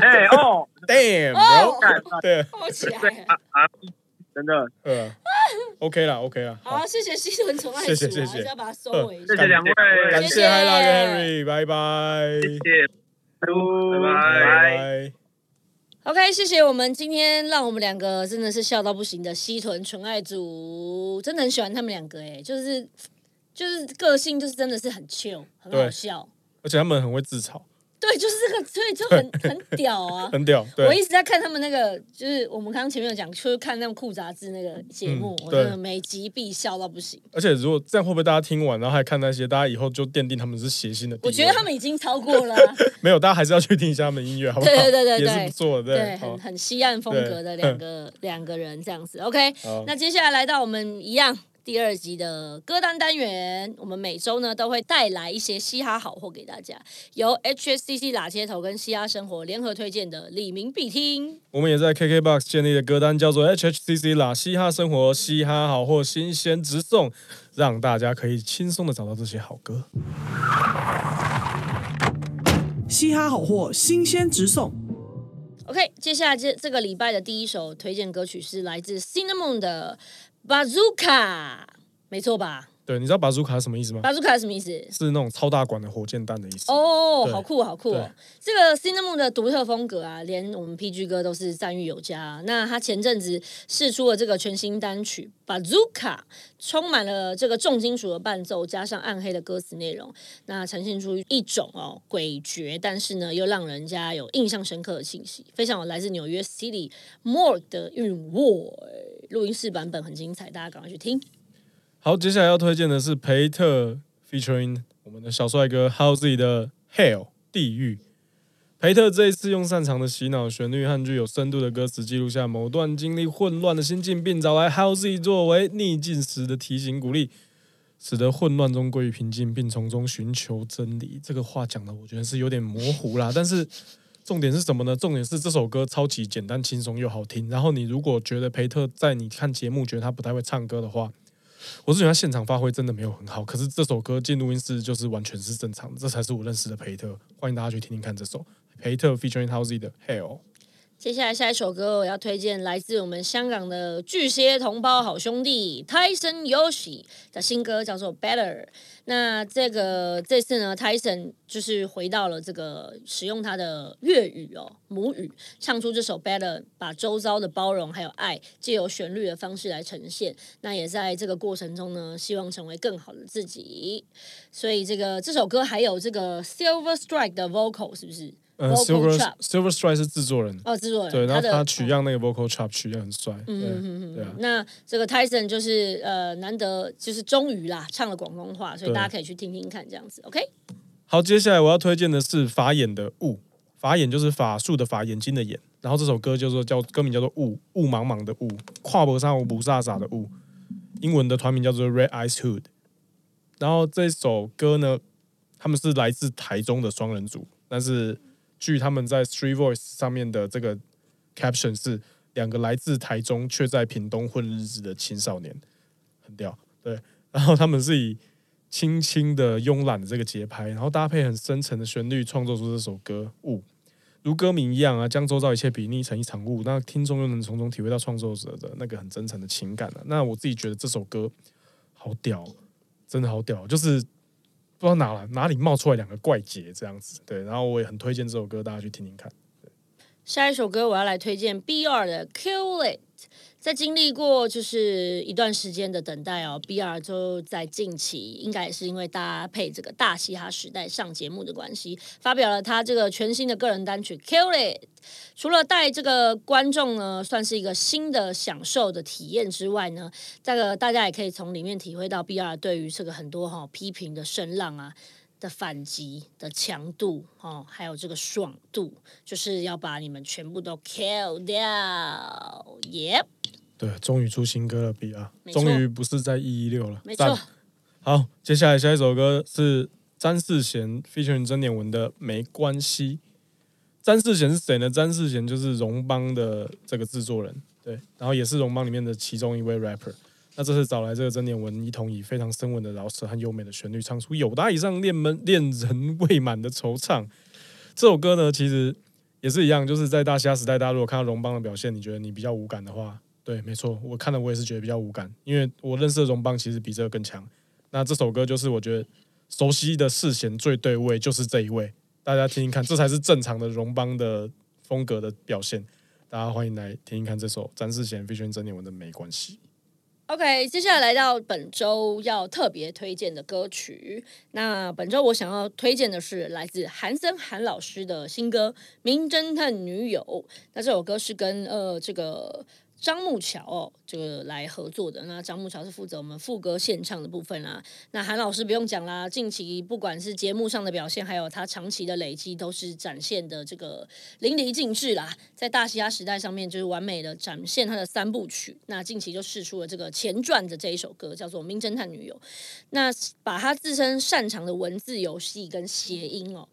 Speaker 3: 哎哦，
Speaker 1: ，damn，
Speaker 2: 哦
Speaker 1: bro 对，
Speaker 2: 好起
Speaker 4: 对
Speaker 2: 来
Speaker 4: 啊
Speaker 2: 啊。
Speaker 4: 啊，
Speaker 3: 真的，
Speaker 1: 呃，OK 啦，OK 啦，好
Speaker 2: 好，，谢谢西屯宠爱
Speaker 1: 谢
Speaker 2: 组
Speaker 1: 谢谢
Speaker 2: 啊，
Speaker 1: 谢嗯
Speaker 2: 还是要把它收尾一
Speaker 4: 谢
Speaker 2: 下。
Speaker 4: 谢两位，
Speaker 1: 感
Speaker 2: 谢
Speaker 1: 谢
Speaker 2: 谢
Speaker 1: 海拉跟 Henry，拜拜，
Speaker 4: 谢谢，拜拜。
Speaker 1: 拜。
Speaker 2: OK，谢谢我们今天让我们两个真的是笑到不行的西屯纯爱组，真的很喜欢他们两个哎、就是就是个性就是真的是很 chill，很好
Speaker 1: 对
Speaker 2: 笑，
Speaker 1: 而且他们很会自嘲，
Speaker 2: 对，就是这个，所以就很很屌啊。
Speaker 1: 很屌，
Speaker 2: 我
Speaker 1: 对
Speaker 2: 一，直在看他们那个，就是我们刚刚前面有讲，就是看那种酷杂志那个节目，
Speaker 1: 嗯
Speaker 2: 我
Speaker 1: 对
Speaker 2: 真的每集必笑到不行。
Speaker 1: 而且如果这样会不会大家听完然后还看那些，大家以后就奠定他们是谐星的地位？
Speaker 2: 我觉得他们已经超过了啊、
Speaker 1: 没有，大家还是要去听一下他们的音乐，好不好？
Speaker 2: 对对对对对
Speaker 1: 也是不错的，
Speaker 2: 对，
Speaker 1: 好
Speaker 2: 很，很西岸风格的
Speaker 1: 对
Speaker 2: 两个两个人这样子。OK，
Speaker 1: 好
Speaker 2: 那接下来来到我们一样第二集的歌单单元，我们每周呢都会带来一些嘻哈好货给大家，由 HSCC 拉街头跟嘻哈生活联合推荐的李明必听。
Speaker 1: 我们也在 KKBOX 建立的歌单叫做 HHCC 啦，嘻哈生活、嘻哈好货新鲜直送，让大家可以轻松的找到这些好歌。
Speaker 5: 嘻哈好货新鲜直送。
Speaker 2: OK，接下来这这个礼拜的第一首推荐歌曲是来自 Cinnamon 的 Bazooka，没错吧？
Speaker 1: 对，你知道巴祖卡是什么意思吗？
Speaker 2: 巴祖卡是什么意思？
Speaker 1: 是那种超大管的火箭弹的意思。
Speaker 2: 哦，
Speaker 1: 对
Speaker 2: 好酷，好酷
Speaker 1: 对！
Speaker 2: 哦这个 Cinnamon 的独特风格啊，连我们 PG 哥都是赞誉有加啊、那他前阵子试出了这个全新单曲《Bazooka》，充满了这个重金属的伴奏，加上暗黑的歌词内容，那呈现出一种哦诡谲，但是呢又让人家有印象深刻的信息，非常有来自纽约 City More 的韵味。录音室版本很精彩，大家赶快去听。
Speaker 1: 好，接下来要推荐的是培特 featuring 我们的小帅哥 Howzy 的《Hell 地狱》。培特这一次用擅长的洗脑旋律和具有深度的歌词，记录下某段经历混乱的心境，并找来 Howzy 作为逆境时的提醒鼓励，使得混乱中归于平静，并从中寻求真理。这个话讲的，我觉得是有点模糊啦，但是。重点是什么呢？重点是这首歌超级简单、轻松又好听。然后你如果觉得培特在你看节目觉得他不太会唱歌的话，我是觉得他现场发挥真的没有很好，可是这首歌进录音室就是完全是正常的，这才是我认识的培特。欢迎大家去听听看这首培特 featuring Howzy 的 Hell。
Speaker 2: 接下来下一首歌，我要推荐来自我们香港的巨蟹同胞好兄弟 Tyson Yoshi 的新歌，叫做《Better》。那这个这次呢，Tyson 就是回到了这个使用他的粤语哦母语，唱出这首《Better》，把周遭的包容还有爱，借由旋律的方式来呈现。那也在这个过程中呢，希望成为更好的自己。所以这个这首歌还有这个 Silver Strike 的 vocal 是不是？
Speaker 1: 呃
Speaker 2: Vocal
Speaker 1: ，Silver
Speaker 2: Chop
Speaker 1: Silver Strike 是制作人，
Speaker 2: 哦，制作人
Speaker 1: 对，然后
Speaker 2: 的
Speaker 1: 他取样那个 vocal chop 取样很帅，对
Speaker 2: 嗯
Speaker 1: 对啊，
Speaker 2: 那这个 Tyson 就是呃，难得就是终于啦，唱了广东话，所以
Speaker 1: 对
Speaker 2: 大家可以去听听看，这样子，OK？
Speaker 1: 好，接下来我要推荐的是法眼的雾，法眼就是法术的法，眼睛的眼。然后这首歌叫做叫歌名叫做雾，雾茫茫的雾，跨博沙无不飒飒的雾，英文的团名叫做 Red Eyes Hood。然后这首歌呢，他们是来自台中的双人组，但是据他们在 Street Voice 上面的这个 caption 是两个来自台中却在屏东混日子的青少年，很屌。对，然后他们是以轻轻的、慵懒的这个节拍，然后搭配很深沉的旋律，创作出这首歌《雾》。如歌名一样啊，将周遭一切比拟成一场雾，那听众又能从中体会到创作者的那个很真诚的情感啊。那我自己觉得这首歌好屌，哦真的好屌，就是不知道哪来哪里冒出来两个怪杰这样子。对，然后我也很推荐这首歌，大家去听听看。
Speaker 2: 下一首歌我要来推荐 B 二的《Kill It》。在经历过就是一段时间的等待哦，B R 就在近期，应该也是因为搭配这个大嘻哈时代上节目的关系，发表了他这个全新的个人单曲《Kill It》。除了带这个观众呢，算是一个新的享受的体验之外呢，这个大家也可以从里面体会到 B R 对于这个很多哈、批评的声浪啊。的反击的强度哦，还有这个爽度，就是要把你们全部都 kill 掉，Yep。
Speaker 1: 对，终于出新歌了，B R，
Speaker 2: 没错
Speaker 1: 终于不是在一一六了，
Speaker 2: 没
Speaker 1: 赞
Speaker 2: 错。
Speaker 1: 好，接下来下一首歌是詹世贤 featuring 曾典文的《没关系》。詹世贤是谁呢？詹世贤就是荣邦的这个制作人，对，然后也是荣邦里面的其中一位 rapper。那这次找来这个曾典文，一同以非常深稳的饶舌和优美的旋律，唱出有达以上恋门恋人未满的惆怅。这首歌呢，其实也是一样，就是在大虾时代，大家如果看到荣邦的表现，你觉得你比较无感的话，对，没错，我看了我也是觉得比较无感，因为我认识的荣邦其实比这个更强。那这首歌就是我觉得熟悉的世贤最对位，就是这一位，大家听听看，这才是正常的荣邦的风格的表现。大家欢迎来听听看这首詹世贤 featuring 曾念文的《没关系》。
Speaker 2: OK，接下来来到本周要特别推荐的歌曲。那本周我想要推荐的是来自韩森韩老师的新歌《名侦探女友》。那这首歌是跟呃这个张木桥哦这个来合作的。那张木桥是负责我们副歌献唱的部分啊啦、那韩老师不用讲啦，近期不管是节目上的表现，还有他长期的累积，都是展现的这个淋漓尽致啦。在大嘻哈时代上面，就是完美的展现他的三部曲。那近期就试出了这个前传的这一首歌，叫做《名侦探女友》。那把他自身擅长的文字游戏跟谐音哦。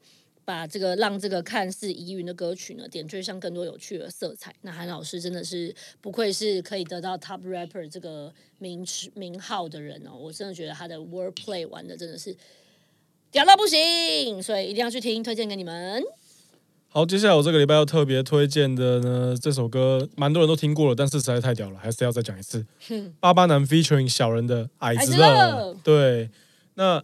Speaker 2: 把这个让这个看似疑云的歌曲呢，点缀上更多有趣的色彩。那韩老师真的是不愧是可以得到 Top Rapper 这个名词名号的人哦，我真的觉得他的 Wordplay 玩的真的是屌到不行，所以一定要去听，推荐给你们。
Speaker 1: 好，接下来我这个礼拜要特别推荐的呢，这首歌蛮多人都听过了，但是实在太屌了，还是要再讲一次。巴巴男 featuring 小人的《矮子
Speaker 2: 矮子
Speaker 1: 乐
Speaker 2: 乐》。
Speaker 1: 对，那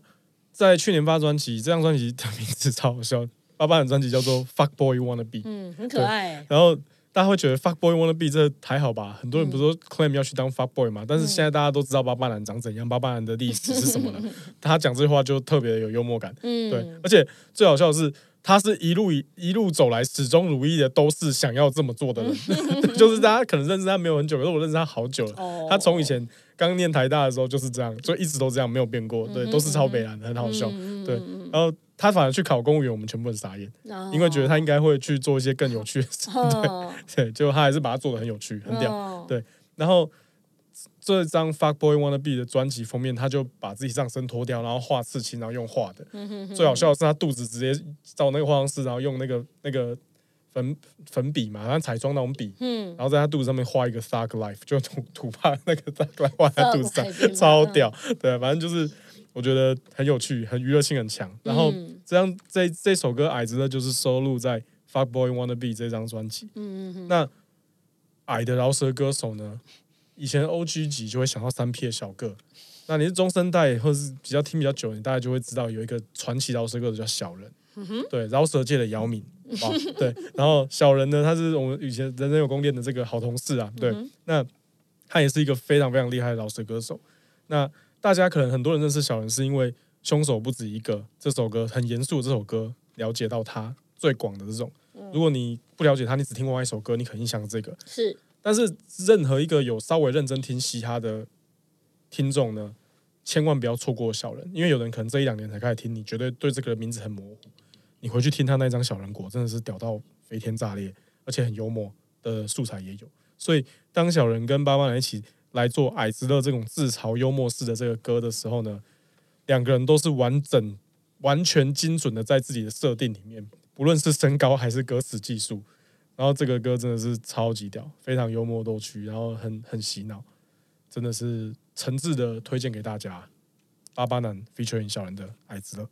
Speaker 1: 在去年发专辑，这张专辑的名字超好笑，巴巴男专辑叫做《Fuck Boy Wanna Be》。
Speaker 2: 嗯，很可爱欸、
Speaker 1: 然后大家会觉得 fuck boy wanna be 这还好吧？很多人不是说 claim 要去当 fuck boy 嘛，但是现在大家都知道巴巴男长怎样，巴巴男的历史是什么了。他讲这句话就特别有幽默感，
Speaker 2: 嗯，
Speaker 1: 对，而且最好笑的是。他是一路一一路走来，始终如一的都是想要这么做的人， 就是大家可能认识他没有很久，可是我认识他好久了。
Speaker 2: 嗯哦
Speaker 1: 他从以前刚念台大的时候就是这样，就一直都这样，没有变过。
Speaker 2: 嗯
Speaker 1: 对，都是超北蓝的，很好笑。对，然后他反而去考公务员，我们全部人傻眼，因为觉得他应该会去做一些更有趣的事。
Speaker 2: 哦，
Speaker 1: 对，结果他还是把它做的很有趣，很屌。
Speaker 2: 哦
Speaker 1: 对然后这张《Fuck Boy Wanna Be》的专辑封面，他就把自己上身脱掉，然后画刺青，然后用画的。最好笑的是，他肚子直接照那个化妆师，然后用那个那个粉粉笔嘛，像彩妆那种笔，
Speaker 2: 嗯，
Speaker 1: 然后在他肚子上面画一个 thug life，就 土土怕那个 thug life 画在肚子
Speaker 2: Thug life，
Speaker 1: 上，超屌。对，反正就是我觉得很有趣，很娱乐性很强。然后
Speaker 2: 嗯
Speaker 1: 这样这这首歌《矮子的》就是收录在《Fuck Boy Wanna Be》这张专辑。
Speaker 2: 嗯嗯嗯，
Speaker 1: 那矮的饶舌歌手呢，以前 O G 级就会想到三 P 的小个，那你是中生代或是比较听比较久，你大概就会知道有一个传奇饶舌歌手叫小人，对，饶舌界的姚明，好不好对，然后小人呢，他是我们以前人人有功练的这个好同事啊，对，那他也是一个非常非常厉害的饶舌歌手。那大家可能很多人认识小人，是因为《凶手不止一个》这首歌很严肃，这首歌了解到他最广的这种。如果你不了解他，你只听过一首歌，你肯定想这个。
Speaker 2: 是
Speaker 1: 但是任何一个有稍微认真听嘻哈的听众呢，千万不要错过小人，因为有人可能这一两年才开始听，你绝对对这个名字很模糊。你回去听他那张《小人国》，真的是屌到飞天炸裂，而且很幽默的素材也有。所以当小人跟巴巴男一起来做矮子乐这种自嘲幽默式的这个歌的时候呢，两个人都是完整、完全精准的在自己的设定里面，不论是身高还是歌词技术。然后这个歌真的是超级屌，非常幽默逗趣，然后很很洗脑，真的是诚挚的推荐给大家。巴巴男 featuring 小人的矮子乐，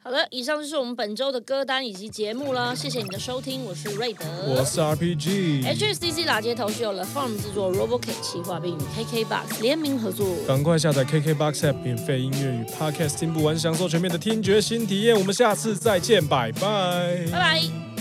Speaker 2: 好的。以上就是我们本周的歌单以及节目啦，谢谢你的收听，我是瑞德，
Speaker 1: 我是 RPG，
Speaker 2: HCC 打街头是由 The Farm 制作，RoboKit 企划并与 KKBox 联名合作。
Speaker 1: 赶快下载 KKBOX app 免费音乐与 podcast 听不完，享受全面的听觉新体验。我们下次再见，拜拜
Speaker 2: 拜拜。